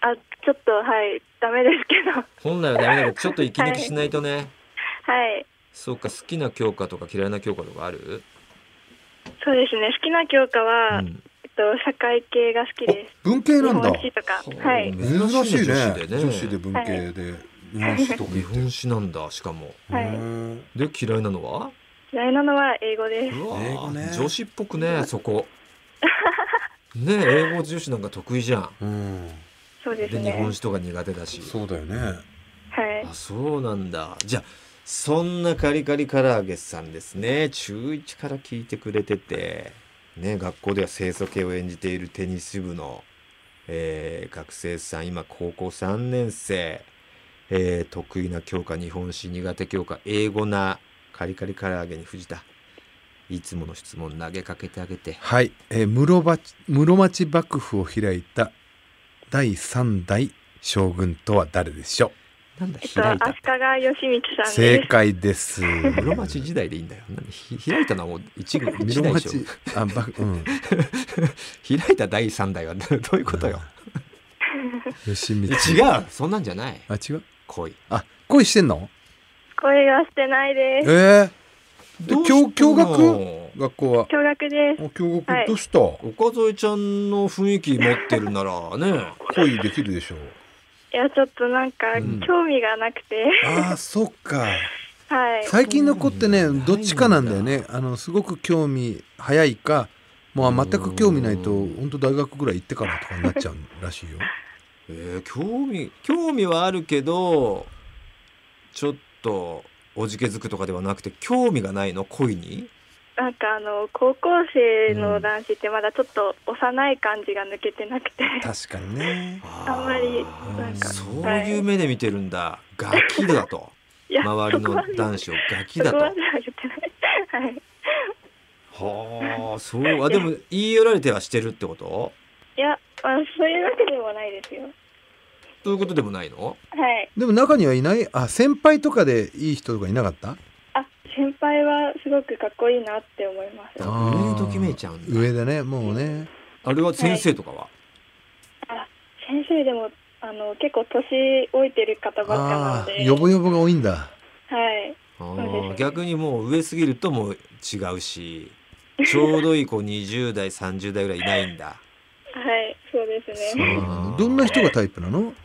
Speaker 3: あちょっとはいダメですけど
Speaker 1: 本来はダメだけどちょっと息抜きしないとね、
Speaker 3: はい
Speaker 1: そうか好きな教科とか嫌いな教科とかある、
Speaker 3: そうですね好きな教科は、
Speaker 1: うん
Speaker 3: えっと社会系が好きです
Speaker 2: 文系
Speaker 3: 日
Speaker 2: なんだ
Speaker 3: 本史とかはい
Speaker 2: 珍し
Speaker 1: 珍しい
Speaker 2: いね
Speaker 1: ね
Speaker 2: 女子で文系で日本史とか
Speaker 1: 日本史なんだしかも
Speaker 3: はい
Speaker 2: うん
Speaker 1: で嫌いなのは
Speaker 3: 嫌いなのは英語です
Speaker 1: うわ
Speaker 2: 英語ね
Speaker 1: 女子っぽくねそ こね英語女子なんか得意じゃん
Speaker 2: うん
Speaker 3: そうです
Speaker 1: で日
Speaker 3: ね
Speaker 1: 本史とか苦手だし
Speaker 2: そうだよね
Speaker 3: はい
Speaker 1: あそうなんだじゃあそんなカリカリ唐揚げさんですね中1から聞いてくれてて、ね、学校では清楚系を演じているテニス部の、えー学生さん今高校3年生、えー得意な教科日本史苦手教科英語なカリカリ唐揚げに藤田いつもの質問投げかけてあげて
Speaker 2: はい、えー室町室町幕府を開いた第3代将軍とは誰でしょ
Speaker 1: なんだ
Speaker 3: えっと
Speaker 1: 開いたっ
Speaker 3: 足
Speaker 1: て
Speaker 3: 利義満
Speaker 2: う
Speaker 3: さん
Speaker 2: 正
Speaker 3: です
Speaker 2: 解です
Speaker 1: 室町時代でいいんだよなんでひ開いたのはもう一 軍一
Speaker 2: 室
Speaker 1: 代でし
Speaker 2: 町あばうん
Speaker 1: ょ 開いた第三代はどういうことよ
Speaker 2: 吉光
Speaker 1: 違うそんなんじゃない
Speaker 2: あ違う
Speaker 1: 恋
Speaker 2: あ恋してんの
Speaker 3: 声がしてないで
Speaker 2: え
Speaker 3: す
Speaker 2: ー、
Speaker 1: どう
Speaker 2: 共
Speaker 1: したの
Speaker 2: 共学学校は
Speaker 3: 驚愕です
Speaker 2: お共学、
Speaker 3: はい
Speaker 2: どうした
Speaker 1: 岡添ちゃんの雰囲気持ってるならね
Speaker 2: 恋できるでしょう
Speaker 3: いやちょっとなんか
Speaker 1: うん
Speaker 3: 興味がなくて、
Speaker 2: ああそっか
Speaker 3: はい
Speaker 2: 最近の子ってね
Speaker 1: うん
Speaker 2: どっちかなんだよねあのすごく興味早いかもう全く興味ないと
Speaker 1: うん
Speaker 2: 本当大学ぐらい行ってからとかになっちゃうらしいよ
Speaker 1: えー興味興味はあるけどちょっとおじけづくとかではなくて興味がないの恋に
Speaker 3: なんかあの高校生の男子ってまだちょっと幼い感じが抜けてなくて、
Speaker 2: 確かにね
Speaker 1: あー
Speaker 3: あんまりなん
Speaker 2: か
Speaker 1: そういう目で見てるんだ、ガキだと
Speaker 3: いや
Speaker 1: 周り
Speaker 3: そこまで
Speaker 1: の男子をガキ
Speaker 3: そ
Speaker 1: だ
Speaker 3: ことまでは言ってないはい
Speaker 1: はあそうあでも言い寄られてはしてるってこと
Speaker 3: いや、まあ、そういうわけでもないですよ
Speaker 1: そういうことでもないの
Speaker 3: はい
Speaker 2: でも中にはいないあ先輩とかでいい人とかいなかった
Speaker 3: あ先輩はすごくかっこいいなって思います
Speaker 1: あ
Speaker 3: あ
Speaker 1: 上にときめいちゃうんだ
Speaker 2: 上だねもうね
Speaker 1: あれは先生とかは、
Speaker 3: 先生でもあの結構年老いてる方ばっかな
Speaker 2: あ
Speaker 3: の
Speaker 2: あ
Speaker 3: で
Speaker 2: ヨボヨボが多いんだ
Speaker 3: はい
Speaker 1: あ
Speaker 3: そうです
Speaker 1: ー
Speaker 3: ね
Speaker 1: 逆にもう上すぎるともう違う しちょうどいい子20代30代ぐらいいないんだ
Speaker 3: はいそうですね
Speaker 1: あー
Speaker 2: どんな人がタイプなの、
Speaker 1: うん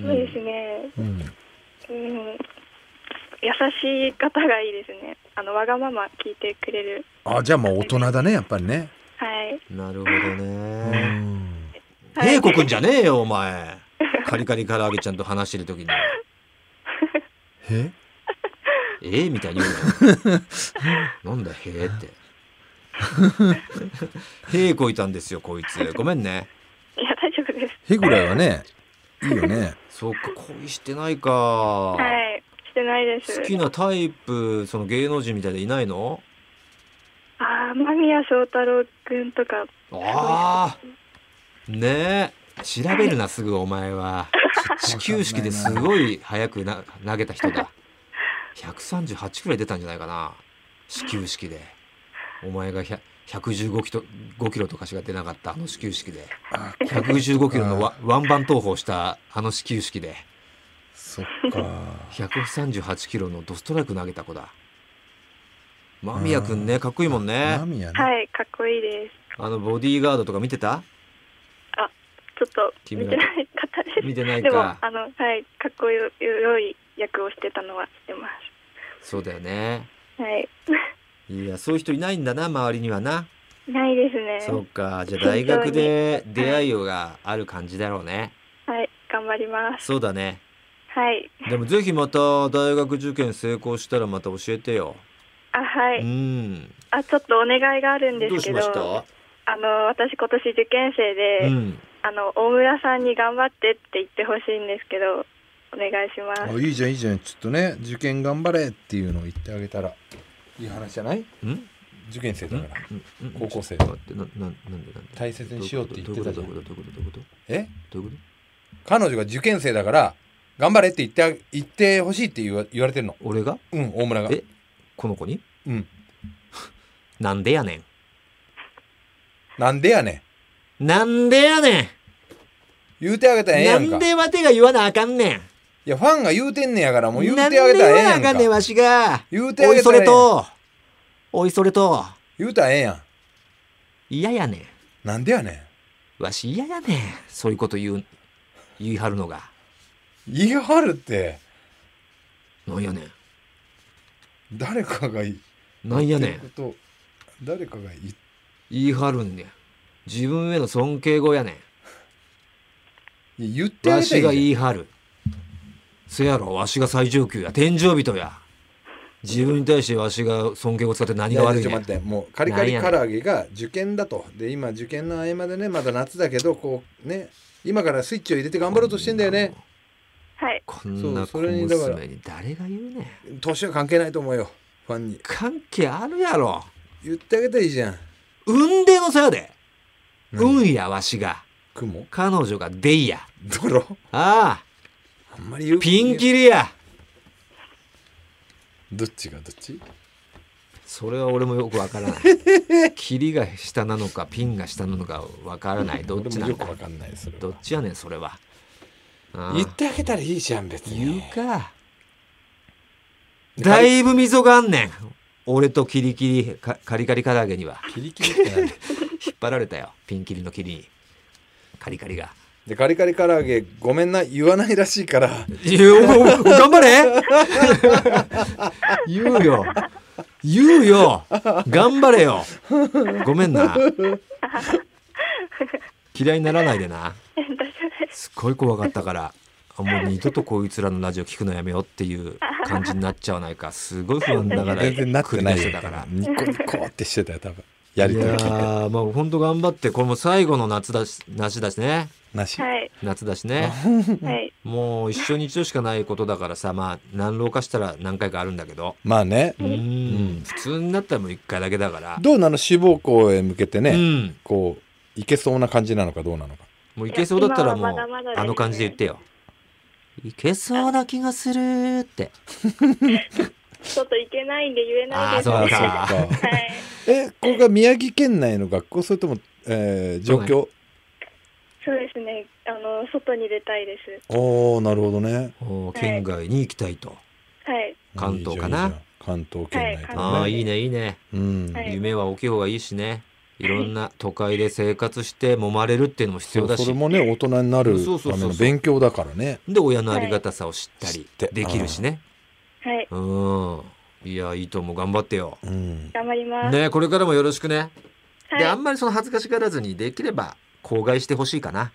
Speaker 3: そうですね
Speaker 2: うん、
Speaker 3: うん優しい方がいいですねあのわがまま聞いてくれる
Speaker 2: あじゃあまあ大人だねやっぱりね、
Speaker 3: はい
Speaker 1: なるほど
Speaker 2: う
Speaker 1: ね
Speaker 2: ん
Speaker 3: はい
Speaker 1: 平子くんじゃねえよお前カリカリ唐揚げちゃんと話してる時に
Speaker 2: え
Speaker 1: ええみたいに言うの なんだへえ ってへえこいたんですよこいつごめんね
Speaker 3: いや大丈夫です
Speaker 2: へぐらいはねいいよね
Speaker 1: そうか恋してないか、
Speaker 3: はいしてないです
Speaker 1: 好きなタイプその芸能人みたいでいないの
Speaker 3: ああ間宮祥太朗君とか
Speaker 1: ああねえ調べるなすぐお前は 始球式ですごい早くな投げた人だ138くらい出たんじゃないかな始球式でお前が100 115キロ5キロとかしか出なかったあの始球式で
Speaker 2: あ
Speaker 1: 115キロのワワンバン投法したあの始球式で
Speaker 2: そっ か
Speaker 1: 138キロのドストライク投げた子だ間宮君ねかっこいいもんね
Speaker 2: マミヤね、
Speaker 3: はいかっこいいです
Speaker 1: あのボディーガードとか見てた
Speaker 3: ちょっと見てない方です
Speaker 1: 見てない
Speaker 3: でも
Speaker 1: か
Speaker 3: あのはいかっこよよい役をしてたのはしてま
Speaker 1: そうだよね
Speaker 3: すはい
Speaker 1: いやそういう人いないんだな周りにはな、
Speaker 3: ないですね
Speaker 1: そうかじゃあ大学で出会いよがある感じだろうね
Speaker 3: はい頑張ります
Speaker 1: そうだね
Speaker 3: はい
Speaker 1: でもぜひまた大学受験成功したらまた教えてよ、
Speaker 3: あは
Speaker 1: う
Speaker 3: い
Speaker 1: ん
Speaker 3: あちょっとお願いがあるんで
Speaker 1: どう
Speaker 3: す
Speaker 1: し
Speaker 3: け
Speaker 1: ま
Speaker 3: ど
Speaker 1: した
Speaker 3: あの私今年受験生で、
Speaker 1: うん
Speaker 3: あの大村さんに頑張ってって言ってほしいんですけどお願いしま
Speaker 2: あ
Speaker 3: す
Speaker 2: いいじゃんいいじゃんちょっとね受験頑張れっていうのを言ってあげたらいい話じゃない
Speaker 1: うん
Speaker 2: 受験生だから
Speaker 1: うん
Speaker 2: 高校生
Speaker 1: ちょっと待ってなななんでなんで
Speaker 2: 大切にしようって言ってたじゃん
Speaker 1: どういうことどういうことどういうこと
Speaker 2: え
Speaker 1: どういうことどういうこ
Speaker 2: 彼女が受験生だから頑張れって言ってあ言ってほしいって言わ言われてるの
Speaker 1: と俺が
Speaker 2: うん大村が
Speaker 1: えこの子に
Speaker 2: うん
Speaker 1: なんでやね
Speaker 2: なんでやね
Speaker 1: んなんでやね
Speaker 2: ん言うてあげたらええや
Speaker 1: んな
Speaker 2: んか
Speaker 1: んでわてが言わなあかんねん
Speaker 2: いやファンが言うてんねやからもう言うてあげたらええや
Speaker 1: なん
Speaker 2: ん
Speaker 1: で言わなあか
Speaker 2: か
Speaker 1: んねんわしが。
Speaker 2: 言うてあ
Speaker 1: おい
Speaker 2: げた
Speaker 1: そ
Speaker 2: らえ
Speaker 1: れ
Speaker 2: えやん
Speaker 1: と、おいそれと、
Speaker 2: 言うたらええや
Speaker 1: 嫌やね
Speaker 2: んなんでやね
Speaker 1: ん。わし嫌やねん。そういうこと言う、言い張るのが。
Speaker 2: ん言い張るって
Speaker 1: なんやね
Speaker 2: 誰かがい
Speaker 1: ん。なんやね
Speaker 2: 言
Speaker 1: ん。
Speaker 2: ってること誰かが言っ
Speaker 1: 言い張るんねん。自分への尊敬語やね
Speaker 2: いや言っ
Speaker 1: ん。
Speaker 2: てあ
Speaker 1: わ
Speaker 2: げ
Speaker 1: し
Speaker 2: たらいい
Speaker 1: が
Speaker 2: やん
Speaker 1: 言い張る。せやろ、わしが最上級や。天上人や。自分に対してわしが尊敬語使って何が悪い
Speaker 2: ちょ
Speaker 1: ね
Speaker 2: っと
Speaker 1: ん。
Speaker 2: 待ってもうカリカリ唐揚げが受験だとで今受験の合間でねまだ夏だけどこうね今からスイッチを入れて頑張ろうとしてんだよね
Speaker 3: はい
Speaker 1: こんな小
Speaker 2: そうそれにだから
Speaker 1: 娘に誰が言うねん。
Speaker 2: 年は関係ないと思うよファンに
Speaker 1: 関係あるやろ。
Speaker 2: 言ってあげたらいいじゃん
Speaker 1: 運命の差やで。
Speaker 2: 何
Speaker 1: 運やわしが。
Speaker 2: 雲
Speaker 1: 彼女がデイヤ
Speaker 2: ドロ
Speaker 1: あ
Speaker 2: あんまり言う
Speaker 1: あピンキリや
Speaker 2: どっちがどっち
Speaker 1: それは俺もよくわから ない霧が下なのかピンが下なのかわからないどっち
Speaker 2: 俺も
Speaker 1: な
Speaker 2: よ
Speaker 1: ん
Speaker 2: く
Speaker 1: だ
Speaker 2: わかんないそれは
Speaker 1: どっちやねんそれはああ
Speaker 2: 言ってあげたらいいじゃん別
Speaker 1: 言う
Speaker 2: に
Speaker 1: かだいぶ溝があんねん俺とキリキリかカリカリ唐揚げには
Speaker 2: キリキリってなんだ
Speaker 1: 引っ張られたよピンキリのキリにカリカリが
Speaker 2: でカリカリ唐揚げごめんな言わないらしいから
Speaker 1: いやおお頑張 れ言うよ言うよ頑張れよごめんな嫌いにならないでな
Speaker 3: 大丈夫です。
Speaker 1: すっごい怖かったからあもう二度とこいつらのラジオ聞くのやめようっていう感じになっちゃわないかすごい不安だから
Speaker 2: 全然なってない
Speaker 1: 繰り返して
Speaker 2: よ
Speaker 1: たから
Speaker 2: ニコニコってしてたよ多分やりとり
Speaker 1: い
Speaker 2: 聞いて
Speaker 1: やーまあ本当頑張ってこれも最後の夏だし夏だしね
Speaker 2: な し
Speaker 3: はい
Speaker 1: 夏だしね
Speaker 3: はい
Speaker 1: もう一生に一度しかないことだからさまあ何浪化したら何回かあるんだけど
Speaker 2: まあね
Speaker 1: うん普通になったらもう一回だけだから、
Speaker 2: どうなの志望校へ向けて
Speaker 1: う
Speaker 2: ね
Speaker 1: ん
Speaker 2: こういけそうな感じなのかどうなのか
Speaker 1: もういけそうだったらもう
Speaker 3: いや今はまだまだですね
Speaker 1: あの感じで言ってよいけそうな気がするって
Speaker 3: ちょっと行けないんで言えないです。
Speaker 1: あーそうか
Speaker 3: は
Speaker 2: そっか
Speaker 3: い。
Speaker 2: えここが宮城県内の学校それともえー状況
Speaker 3: そうですね。あの外に出たいです。
Speaker 2: おおなるほどね
Speaker 1: おー県外に行きたいと、
Speaker 3: はい
Speaker 1: 関東か
Speaker 2: いい
Speaker 1: な
Speaker 2: じゃんいいじゃん関東県内と
Speaker 3: は
Speaker 1: あ
Speaker 2: か
Speaker 1: あ
Speaker 2: ね
Speaker 1: いいねいいね、
Speaker 2: うん
Speaker 3: はい
Speaker 1: 夢は大きい方がいいしねいろんな都会で生活して揉まれるっていうのも必要だ
Speaker 2: そ
Speaker 1: し
Speaker 2: れもね大人になる
Speaker 1: そうそう
Speaker 2: ため
Speaker 1: そ
Speaker 2: の
Speaker 1: うそう
Speaker 2: 勉強だからね
Speaker 1: で親のありがたさを知った
Speaker 2: は
Speaker 1: り
Speaker 2: い知って
Speaker 1: できるしね、
Speaker 3: はい
Speaker 1: うんいやいいと思う頑張ってよ
Speaker 2: うん
Speaker 3: 頑張ります。
Speaker 1: ねこれからもよろしくね、
Speaker 3: はい
Speaker 1: で あんまりその恥ずかしがらずにできれば口外してほしいかな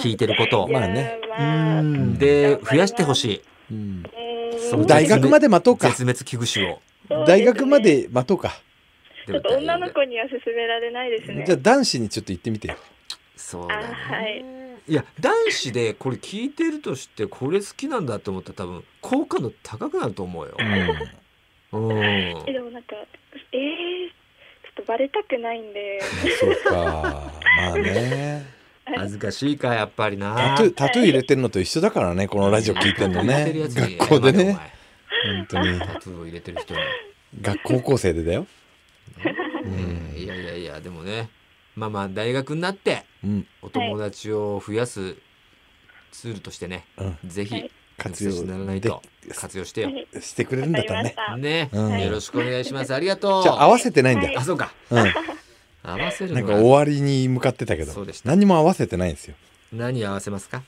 Speaker 1: 聞いてることを
Speaker 2: まあね。
Speaker 3: いや
Speaker 1: う
Speaker 3: ーまあ
Speaker 1: んで増やしてほしい
Speaker 2: うん
Speaker 3: う
Speaker 1: そ
Speaker 3: ー
Speaker 1: うん
Speaker 2: 大学まで待とうか
Speaker 1: 絶滅危惧種を
Speaker 3: そうです
Speaker 2: 大
Speaker 3: ね
Speaker 2: 学まで待とうか
Speaker 3: ちょっと女の子には勧められないですね。
Speaker 2: じゃあ男子にちょっと行ってみてよ
Speaker 1: そうだね、
Speaker 3: あはい
Speaker 1: いや男子でこれ聞いてるとしてこれ好きなんだと思ったら多分好感度高くなると思うよ
Speaker 2: う、ん
Speaker 1: うん、
Speaker 3: えでもなんかえー、ちょっとバレたくないんで。
Speaker 2: そうかまあね
Speaker 1: 恥ずかしいかやっぱりな
Speaker 2: タトゥータトゥー入れてるのと一緒だからねこのラジオ聞いてるの
Speaker 1: 入れ
Speaker 2: ね
Speaker 1: てるやつに
Speaker 2: 学校で
Speaker 1: 謝れお
Speaker 2: ね
Speaker 1: 前
Speaker 2: 本当に
Speaker 1: タトゥーを入れてる人に、
Speaker 2: 学高校生でだよ
Speaker 1: ねいやいやいやでもねまあまあ大学になって
Speaker 2: うん
Speaker 1: お友達を増やすツールとしてね、
Speaker 2: うん
Speaker 1: ぜひ
Speaker 3: はい
Speaker 2: 活用
Speaker 1: 抜ならないと
Speaker 2: で
Speaker 1: 活用してよ、
Speaker 3: はい
Speaker 2: してくれるんだったらね
Speaker 3: わかりま
Speaker 1: ね、
Speaker 2: うん
Speaker 1: よろしくお願いしますありがとう
Speaker 2: じゃあ合わせてないんだよ
Speaker 1: あそうか
Speaker 2: うん
Speaker 1: 合わせる
Speaker 2: なん
Speaker 1: の
Speaker 2: か
Speaker 1: は
Speaker 2: 終わりに向かってたけど
Speaker 1: そうでした
Speaker 2: 何も合わせてないんですよ
Speaker 1: 何合わせますか
Speaker 3: し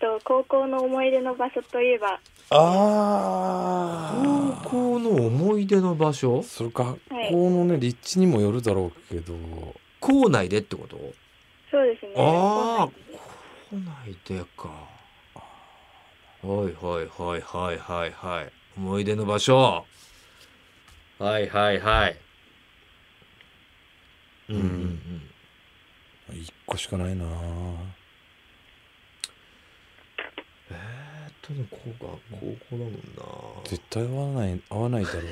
Speaker 3: たと高校の思い出の場所といえば
Speaker 2: あ
Speaker 1: 高校の思い出の場所
Speaker 2: それ学校のね立地にもよるだろうけど
Speaker 1: 校内でってこと
Speaker 3: そうですね。
Speaker 1: ああ校内でかはいはいはいはいはいはい思い出の場所はいはいはいうんうんうん
Speaker 2: 一個しかないな
Speaker 1: えーっとね高校高校だもんな
Speaker 2: 絶対合わない合わないだろう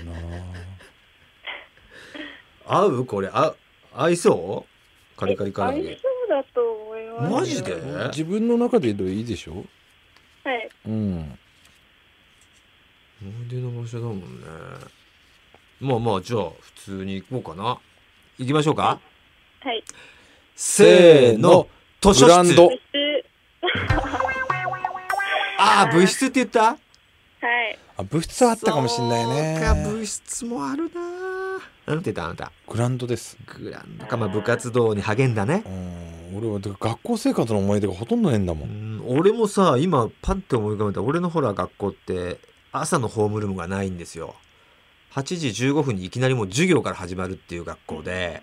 Speaker 2: な
Speaker 1: 合うこれあ合いそうカリカリ
Speaker 3: 高校
Speaker 1: カ
Speaker 3: 合
Speaker 1: リ
Speaker 3: いそうだと思いますよ。
Speaker 1: マジで
Speaker 2: 自分の中でいいでしょ
Speaker 3: はい。
Speaker 2: うん
Speaker 1: 思い出の場所だもんねまあまあじゃあ普通に行こうかな行きましょうか
Speaker 3: はい。
Speaker 1: せーの図書
Speaker 2: ブラン
Speaker 1: 室
Speaker 2: ド
Speaker 3: 部室
Speaker 1: ああ部室って言った
Speaker 3: はい。
Speaker 2: あ物質はあったかもしんない
Speaker 1: そうか
Speaker 2: ね
Speaker 1: 部室もあるななんて言ったあなた
Speaker 2: グラウンドです
Speaker 1: グランドかまあ部活動に励んだね
Speaker 2: うん俺はだから学校生活の思い出がほとんどないんだも
Speaker 1: うんん俺もさ今パッて思い浮かべた俺のほら学校って朝のホームルームがないんですよ8時15分にいきなりもう授業から始まるっていう学校で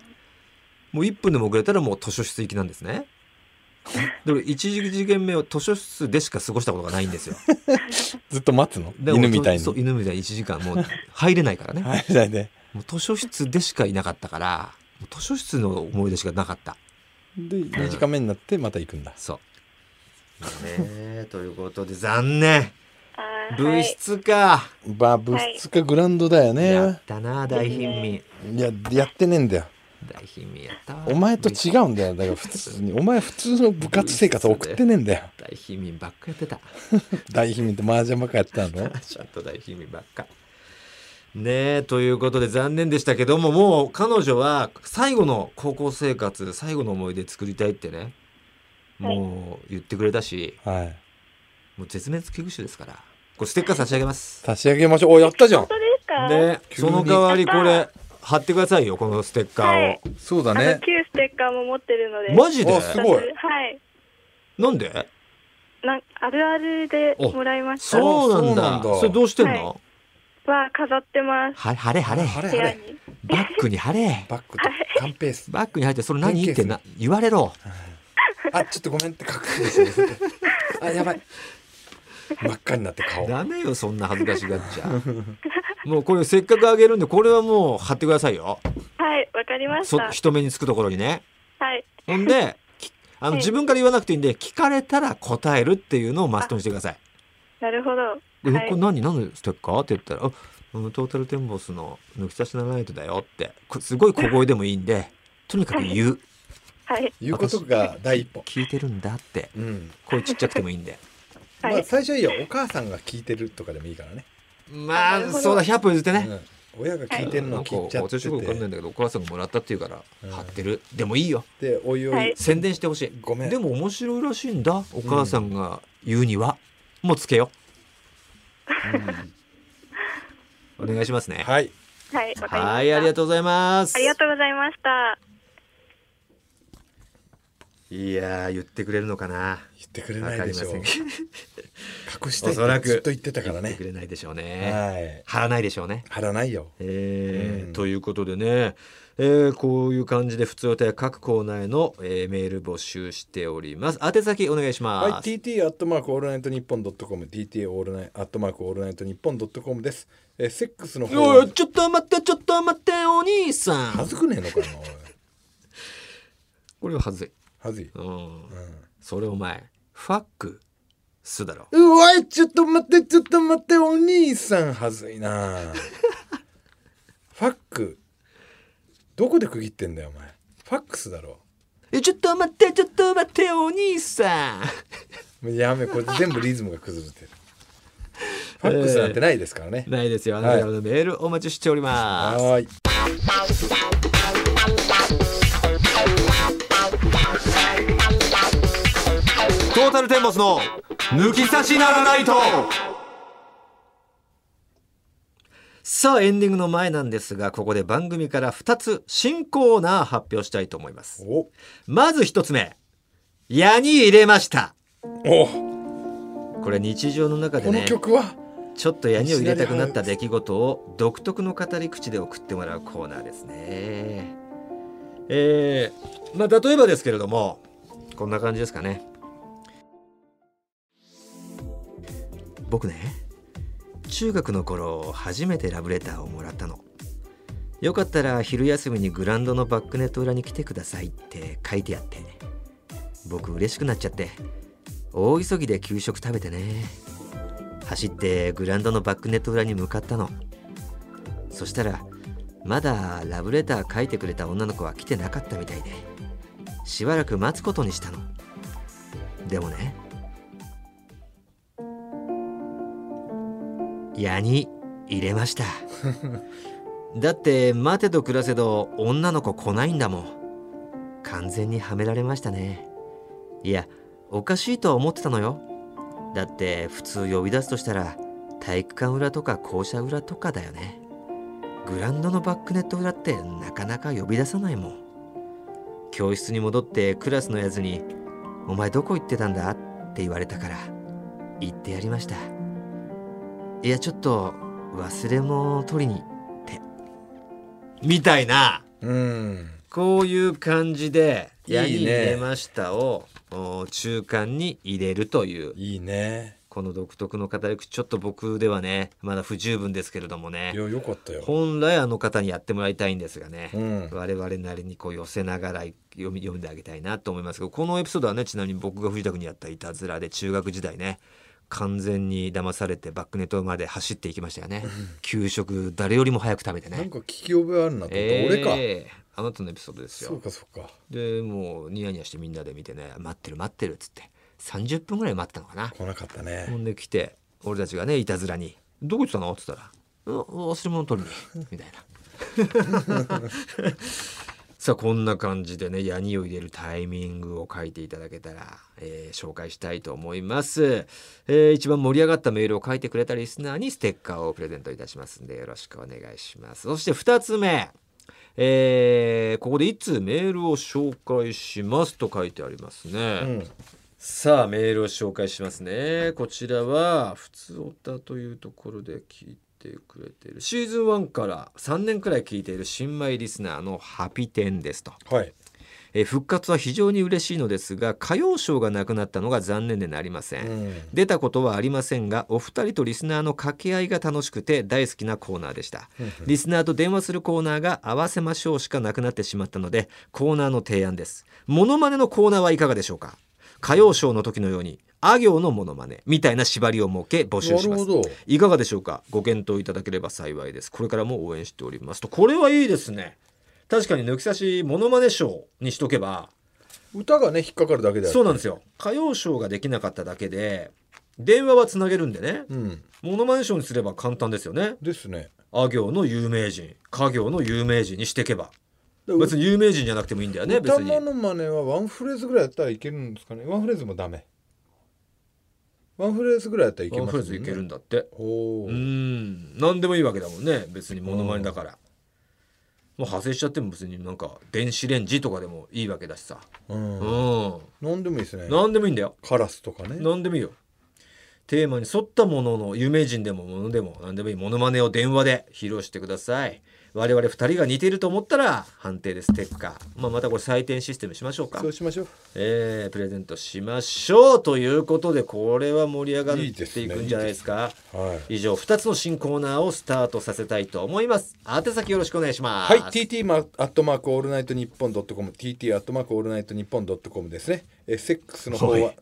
Speaker 1: もう1分でも遅れたらもう図書室行きなんですねで俺1次元目を図書室でしか過ごしたことがないんです よ
Speaker 2: ずっと待つの
Speaker 1: で
Speaker 2: 犬みたいに
Speaker 1: そう犬みたいに1時間もう入れないからね
Speaker 2: はいだいね
Speaker 1: もう図書室でしかいなかったからもう図書室の思い出しかなかった
Speaker 2: で2時間目になってまた行くんだ
Speaker 1: そう。ねえということで残念
Speaker 3: あーは
Speaker 1: 物
Speaker 3: い。
Speaker 1: 質か、
Speaker 2: まあ物質かグラウンドだよね、
Speaker 1: やったな大貧民
Speaker 2: いややってねえんだよ
Speaker 1: 大貧民やったわ
Speaker 2: お前と違うんだよだから普通にお前普通の部活生活送ってねえんだよ
Speaker 1: 大貧民ばっかやってた
Speaker 2: 大秘密と麻雀ばっかやってたの
Speaker 1: ちゃんと大貧民ばっかねえということで残念でしたけどももう彼女は最後の高校生活最後の思い出作りたいってねもう言ってくれたし
Speaker 2: はい
Speaker 1: もう絶滅危惧種ですからこれステッカー差し上げます
Speaker 2: 差し上げましょうおやったじゃん
Speaker 3: 本当ですか。
Speaker 1: ね
Speaker 2: 急に
Speaker 1: その代わりこれ貼ってくださいよこのステッカーを、
Speaker 3: はい
Speaker 2: そうだ
Speaker 3: あの旧ステッカーも持ってるので。
Speaker 1: マジで
Speaker 2: あすごい
Speaker 3: はい。
Speaker 1: なんで
Speaker 3: なんあるあるでもらいました。は
Speaker 1: そうなんだ
Speaker 2: そうなんだ
Speaker 1: それどうしてんの、
Speaker 3: 飾ってます。
Speaker 1: は晴れ晴れ
Speaker 2: 晴れ晴
Speaker 3: 部屋
Speaker 2: れ
Speaker 3: に。
Speaker 1: バックに晴れ
Speaker 2: バックとカンペース
Speaker 1: バックに入ってそれ何
Speaker 2: ペ
Speaker 1: っ
Speaker 2: ンケース
Speaker 1: てな言われろ
Speaker 2: あちょっとごめんって隠すんですよ ねあやばい真っ赤になって顔
Speaker 1: ダメよそんな恥ずかしがっちゃ もうこれせっかくあげるんでこれはもう貼ってくださいよ
Speaker 3: はい、わかりまし
Speaker 1: そ
Speaker 3: た。
Speaker 1: 人目につくところにね
Speaker 3: はい。
Speaker 1: ほんできあの
Speaker 3: はい
Speaker 1: 自分から言わなくていいんで聞かれたら答えるっていうのをマストにしてください
Speaker 3: なるほど。
Speaker 1: で、
Speaker 3: はい
Speaker 1: これ何何のステッカーって言ったら「あうんトータルテンボスの抜き差しならないとだよ」ってこすごい小声でもいいんでとにかく言う
Speaker 3: はい。
Speaker 2: 言うことが第一歩
Speaker 1: 聞いてるんだって
Speaker 2: うん
Speaker 1: 声ちっちゃくてもいいんで
Speaker 3: はい
Speaker 2: まあ最初はいいよお母さんが聞いてるとかでもいいからね
Speaker 1: ま
Speaker 3: なる
Speaker 1: あ
Speaker 3: ほど
Speaker 1: そうだ100歩譲ってね、
Speaker 2: うん親が聞いて
Speaker 1: な
Speaker 2: るの
Speaker 1: んか
Speaker 2: 聞いちゃって
Speaker 1: 私よくわかんないんだ
Speaker 2: て
Speaker 1: けどお母さんがもらったっていうから、
Speaker 2: うん
Speaker 1: 貼ってるでもいいよ
Speaker 2: でおいお
Speaker 3: はいい
Speaker 1: 宣伝してほしい
Speaker 2: ごめん
Speaker 1: でも面白いらしいんだお母さんが言うには、もうつけようお願いしますね
Speaker 2: はい
Speaker 3: はい。わかりました。
Speaker 1: はいありがとうございます
Speaker 3: ありがとうございました。
Speaker 1: いやー言ってくれるのかな
Speaker 2: 言ってくれ
Speaker 1: わ
Speaker 2: な
Speaker 1: か
Speaker 2: い
Speaker 1: りま
Speaker 2: でしょ
Speaker 1: せ
Speaker 2: うん
Speaker 1: けど
Speaker 2: 隠 して
Speaker 1: おそら
Speaker 2: っ
Speaker 1: く
Speaker 2: てずっと言ってたから
Speaker 1: 言って
Speaker 2: ね
Speaker 1: くれないでしょうね
Speaker 2: はい
Speaker 1: 貼らないでしょうね
Speaker 2: 貼らないよ
Speaker 1: えー
Speaker 2: うん
Speaker 1: ということでね、えーこういう感じで普通お便り各コーナーへの、えーメール募集しております宛先お願いします、
Speaker 2: はい、TT アットマークオールナイトニッポンドットコム TT オールナイアットマークオールナイトニッポンドットコムです。えー、セックスの方
Speaker 1: お
Speaker 2: はい
Speaker 1: ちょっと待ってちょっと待ってお兄さ
Speaker 2: は
Speaker 1: ん
Speaker 2: ずくねえのかなおい
Speaker 1: これははずい、
Speaker 2: はずい。
Speaker 1: うん
Speaker 2: う、
Speaker 1: それお前ファックすだろ
Speaker 2: ん、うわいちょっと待ってちょっと待ってお兄さんはずい な。ファックどこで区切ってんだよお前。ファックスだろ。
Speaker 1: えちょっと待ってちょっと待ってお兄さん
Speaker 2: もうやめこれ全部リズムが崩れてる。ファックスなんてないですからね。
Speaker 1: ないですよあなたからのメールお待ちしております、
Speaker 2: はーい。
Speaker 1: トータルテンボスの抜き差しならないとさあエンディングの前なんですがここで番組から2つ新コーナー発表したいと思います
Speaker 2: お
Speaker 1: まず1つ目矢に入れました
Speaker 2: お
Speaker 1: これ日常の中で
Speaker 2: この
Speaker 1: ね
Speaker 2: 曲は、
Speaker 1: ちょっと矢にを入れたくなった出来事を独特の語り口で送ってもらうコーナーですねえー、まあ例えばですけれどもこんな感じですかね僕ね中学の頃初めてラブレターをもらったのよかったら昼休みにグラウンドのバックネット裏に来てくださいって書いてあって僕嬉しくなっちゃって大急ぎで給食食べてね走ってグラウンドのバックネット裏に向かったのそしたらまだラブレター書いてくれた女の子は来てなかったみたいでしばらく待つことにしたのでもね矢に入れましただって待てど暮らせど女の子来ないんだもん完全にはめられましたねいやおかしいとは思ってたのよだって普通呼び出すとしたら体育館裏とか校舎裏とかだよねグラウンドのバックネット裏ってなかなか呼び出さないもん教室に戻ってクラスのやつに「お前どこ行ってたんだ?」って言われたから行ってやりましたいやちょっと忘れ物を取りにってみたいな
Speaker 2: うん。
Speaker 1: こういう感じで「
Speaker 2: いいね
Speaker 1: やに入れましたを」お中間に入れるという
Speaker 2: いいね。
Speaker 1: この独特の語り口ちょっと僕ではねまだ不十分ですけれどもね
Speaker 2: いや、よかったよ。
Speaker 1: 本来あの方にやってもらいたいんですがね、
Speaker 2: うん。
Speaker 1: 我々なりにこう寄せながら読み読んであげたいなと思いますけどこのエピソードはねちなみに僕が藤田君にやったいたずらで中学時代ね完全に騙されてバックネットまで走っていきましたよね給食誰よりも早く食べて
Speaker 2: なん
Speaker 1: ね
Speaker 2: か聞き覚えあるなと思った。俺か。
Speaker 1: ええあなたのエピソードです
Speaker 2: そう
Speaker 1: よ
Speaker 2: かそうか
Speaker 1: でもうニヤニヤしてみんなで見てね待ってる待ってるっつって30分ぐらい待ってたのかな
Speaker 2: 来なかった
Speaker 1: ほ
Speaker 2: ね
Speaker 1: んで来て俺たちがねいたずらに「どこ行ってたの?」っつったら「うん忘れ物取りに」みたいな。 さあこんな感じでねヤニを入れるタイミングを書いていただけたら、えー紹介したいと思います、えー一番盛り上がったメールを書いてくれたリスナーにステッカーをプレゼントいたしますんでよろしくお願いしますそして2つ目えーここでいつメールを紹介しますと書いてありますね、
Speaker 2: うん
Speaker 1: さあメールを紹介しますねこちらは「ふつおた」というところで聞いてくれているシーズン1から3年くらい聞いている新米リスナーのハピテンですと、
Speaker 2: はい
Speaker 1: えー復活は非常に嬉しいのですが歌謡賞がなくなったのが残念でなりません、
Speaker 2: うん
Speaker 1: 出たことはありませんがお二人とリスナーの掛け合いが楽しくて大好きなコーナーでしたリスナーと電話するコーナーが合わせましょうしかなくなってしまったのでコーナーの提案ですモノマネのコーナーはいかがでしょうか歌謡ショーの時のようにあ行のモノマネみたいな縛りを設け募集します
Speaker 2: なるほど
Speaker 1: いかがでしょうかご検討いただければ幸いですこれからも応援しておりますとこれはいいですね確かに抜き差しモノマネショーにしとけば
Speaker 2: 歌がね引っかかるだけだよ
Speaker 1: そうなんですよ歌謡ショーができなかっただけで電話はつなげるんでね
Speaker 2: うん
Speaker 1: モノマネショーにすれば簡単ですよね
Speaker 2: ですね
Speaker 1: あ行の有名人家行の有名人にしていけば
Speaker 2: だから
Speaker 1: 別に有名人じゃなくてもいいんだよね別
Speaker 2: 歌
Speaker 1: に
Speaker 2: モノマネはワンフレーズぐらいやったらいけるんですかねワンフレーズもダメワンフレーズぐらいやったらいけ
Speaker 1: ワン
Speaker 2: ます
Speaker 1: フレー
Speaker 2: もんね
Speaker 1: ズいけるんだって
Speaker 2: おお
Speaker 1: うん何でもいいわけだもんね別にモノマネだからもう派生しちゃっても別になんか電子レンジとかでもいいわけだしさ
Speaker 2: うん
Speaker 1: うん
Speaker 2: 何でもいいですね
Speaker 1: 何でもいいんだよ
Speaker 2: カラスとかね
Speaker 1: 何でもいいよテーマに沿ったものの有名人でもものでも何でもいいモノマネを電話で披露してください我々2人が似ていると思ったら判定でステッカー、まあ、またこれ採点システムしましょうか
Speaker 2: そうしましょう
Speaker 1: えープレゼントしましょうということでこれは盛り上がっ
Speaker 2: いいです
Speaker 1: て
Speaker 2: ね
Speaker 1: いくんじゃないですか
Speaker 2: はい
Speaker 1: 以上2つの新コーナーをスタートさせたいと思います宛先よろしくお願いします
Speaker 2: はい、TT マアットマークオールナイトニッポンドットコム TT アットマークオールナイトニッポンドットコムですね。えセックスの方
Speaker 1: お
Speaker 2: はい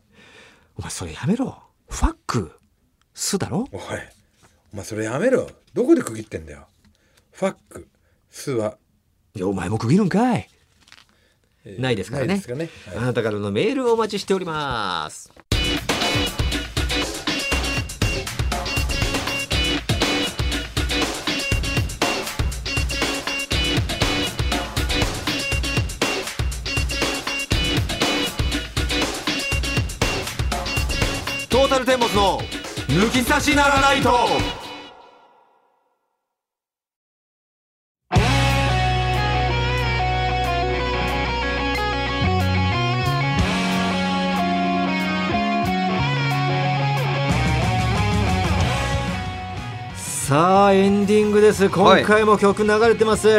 Speaker 1: お前それやめろファックすだろ
Speaker 2: おいお前それやめろどこで区切ってんだよファックスは、
Speaker 1: いやお前も区切るんかい
Speaker 2: え
Speaker 1: ないですからね
Speaker 2: ないですかね、はい
Speaker 1: あなたからのメールをお待ちしております。トータルテンボスの抜き差しならないと。さあエンディングです今回も曲流れてます、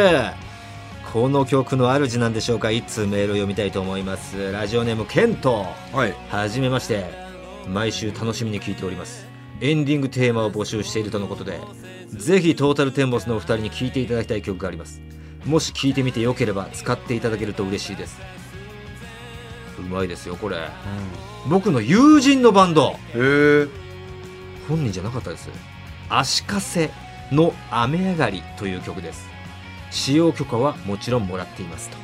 Speaker 1: この曲の主なんでしょうか一通メールを読みたいと思いますラジオネームケント
Speaker 2: はい、
Speaker 1: はじめまして毎週楽しみに聞いておりますエンディングテーマを募集しているとのことでぜひトータルテンボスのお二人に聞いていただきたい曲がありますもし聞いてみてよければ使っていただけると嬉しいですうまいですよこれ僕の友人のバンド
Speaker 2: うん、へえ
Speaker 1: 本人じゃなかったです足かせの雨上がりという曲です使用許可はもちろんもらっていますと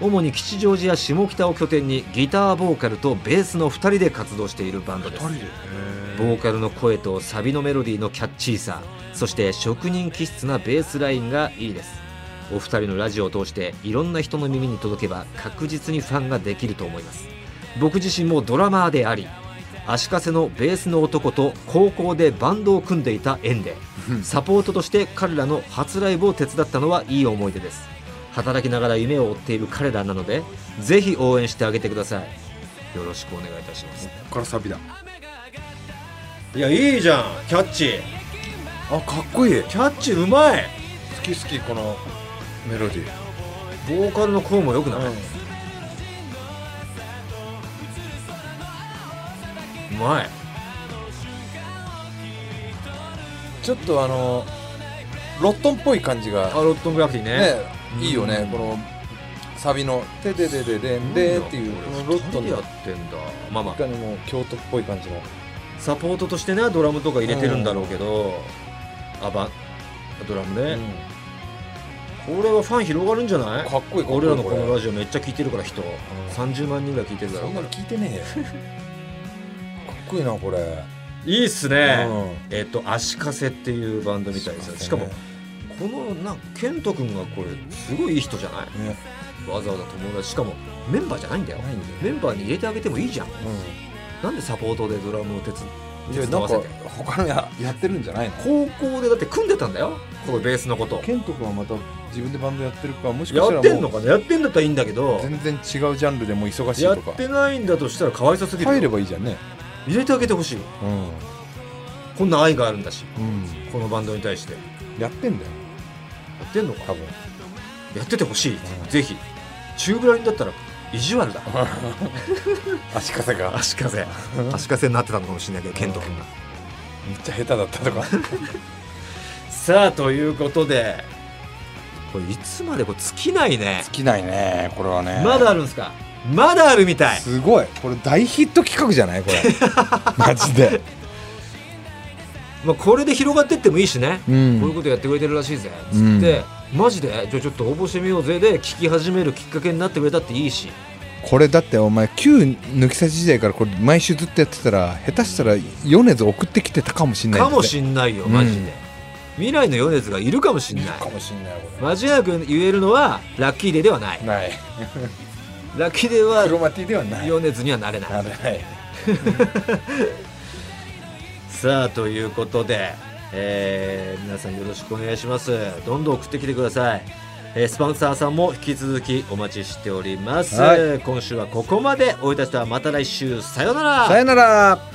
Speaker 1: 主に吉祥寺や下北を拠点にギターボーカルとベースの2人で活動しているバンドですボーカルの声とサビのメロディーのキャッチーさそして職人気質なベースラインがいいですお二人のラジオを通していろんな人の耳に届けば確実にファンができると思います僕自身もドラマーであり足かせのベースの男と高校でバンドを組んでいた縁でサポートとして彼らの初ライブを手伝ったのはいい思い出です働きながら夢を追っている彼らなのでぜひ応援してあげてくださいよろしくお願いいたします
Speaker 2: ここからサビだ
Speaker 1: いやいいじゃんキャッチ
Speaker 2: あかっこいい好
Speaker 1: キャッチうまい
Speaker 2: き好きこのメロディー
Speaker 1: ボーカルの声も良くない、うまい
Speaker 2: ちょっとあのロットンっぽい感じが
Speaker 1: アロットングラフィティね
Speaker 2: ね、
Speaker 1: うん
Speaker 2: いいよね、このサビの「てででででんで」っていうこのロット
Speaker 1: でやっ
Speaker 2: の
Speaker 1: てんだまあま
Speaker 2: い
Speaker 1: あ
Speaker 2: かにも京都っぽい感じの
Speaker 1: サポートとしてねドラムとか入れてるんだろうけど、あばドラムね、
Speaker 2: うん
Speaker 1: これはファン広がるんじゃない
Speaker 2: かっこいいかっこいい
Speaker 1: 俺らのこ
Speaker 2: こ
Speaker 1: の
Speaker 2: れ
Speaker 1: ラジオめっちゃ聞いてるから人、30万人ぐらい聞いてるだ
Speaker 2: そ
Speaker 1: ろうんか
Speaker 2: な
Speaker 1: ら
Speaker 2: の聞いてねえよかっこいいなこれ
Speaker 1: いいっすね、
Speaker 2: う
Speaker 1: えっ、と足かせっていうバンドみたいですよしかも
Speaker 2: ね
Speaker 1: このな健人君がこれすごいいい人じゃない
Speaker 2: ね
Speaker 1: わざわざ友達しかもメンバーじゃないんだよ
Speaker 2: ないんだよ
Speaker 1: メンバーに入れてあげてもいいじゃんなんでサポートでドラムを手つ
Speaker 2: うん
Speaker 1: 手
Speaker 2: で
Speaker 1: 伝
Speaker 2: なん
Speaker 1: わ
Speaker 2: か
Speaker 1: せて
Speaker 2: 他のややってるんじゃないの
Speaker 1: 高校でだって組んでたんだよこのベースのこと
Speaker 2: ケント君はまた自分でバンドやってるかもしかしたらも
Speaker 1: やっ
Speaker 2: う
Speaker 1: てんのかなやってんだったらいいんだけど
Speaker 2: 全然違うジャンルでもう忙しい
Speaker 1: や
Speaker 2: と
Speaker 1: っ
Speaker 2: か
Speaker 1: てないんだとしたらかわいそすぎる
Speaker 2: 入ればいいじゃんね
Speaker 1: 入れてあげてほしい
Speaker 2: うん、
Speaker 1: こんな愛があるんだし
Speaker 2: うん、
Speaker 1: このバンドに対してや
Speaker 2: やってんだよ
Speaker 1: ってんのか
Speaker 2: 多分
Speaker 1: やっててほしい、
Speaker 2: ん
Speaker 1: ぜひチューブラリンだったら意地悪だ
Speaker 2: 足かせが
Speaker 1: 足かせ足かせになってたのかもしれないけど健人君が
Speaker 2: めっちゃ下手だったとか
Speaker 1: さあということでこれいつまでこれ尽きないね
Speaker 2: 尽きないねこれはね
Speaker 1: まだあるんですかまだあるみたい
Speaker 2: すごいこれ大ヒット企画じゃないこ れマジで
Speaker 1: まあ、これで広がってってもいいしね、
Speaker 2: うん
Speaker 1: こういうことやってくれてるらしいぜつって、マジでじゃあちょっと応募してみようぜで聞き始めるきっかけになってくれたっていいし
Speaker 2: これだってお前旧抜き差し時代からこれ毎週ずっとやってたら下手したら米津送ってきてたかもしんない
Speaker 1: かも
Speaker 2: ん
Speaker 1: しんないよマジで、
Speaker 2: うん
Speaker 1: 未来の米津がいるかもしんない
Speaker 2: もしんないこ
Speaker 1: 間違いなく言えるのはラッキーデーではない
Speaker 2: ない
Speaker 1: ラッキーデーは
Speaker 2: マティではな
Speaker 1: 米津にはなれない
Speaker 2: れない
Speaker 1: さあということで、えー皆さんよろしくお願いしますどんどん送ってきてください、えースポンサーさんも引き続きお待ちしております、
Speaker 2: は
Speaker 1: 今週はここまでおいたちとはまた来週さようなら
Speaker 2: さよなら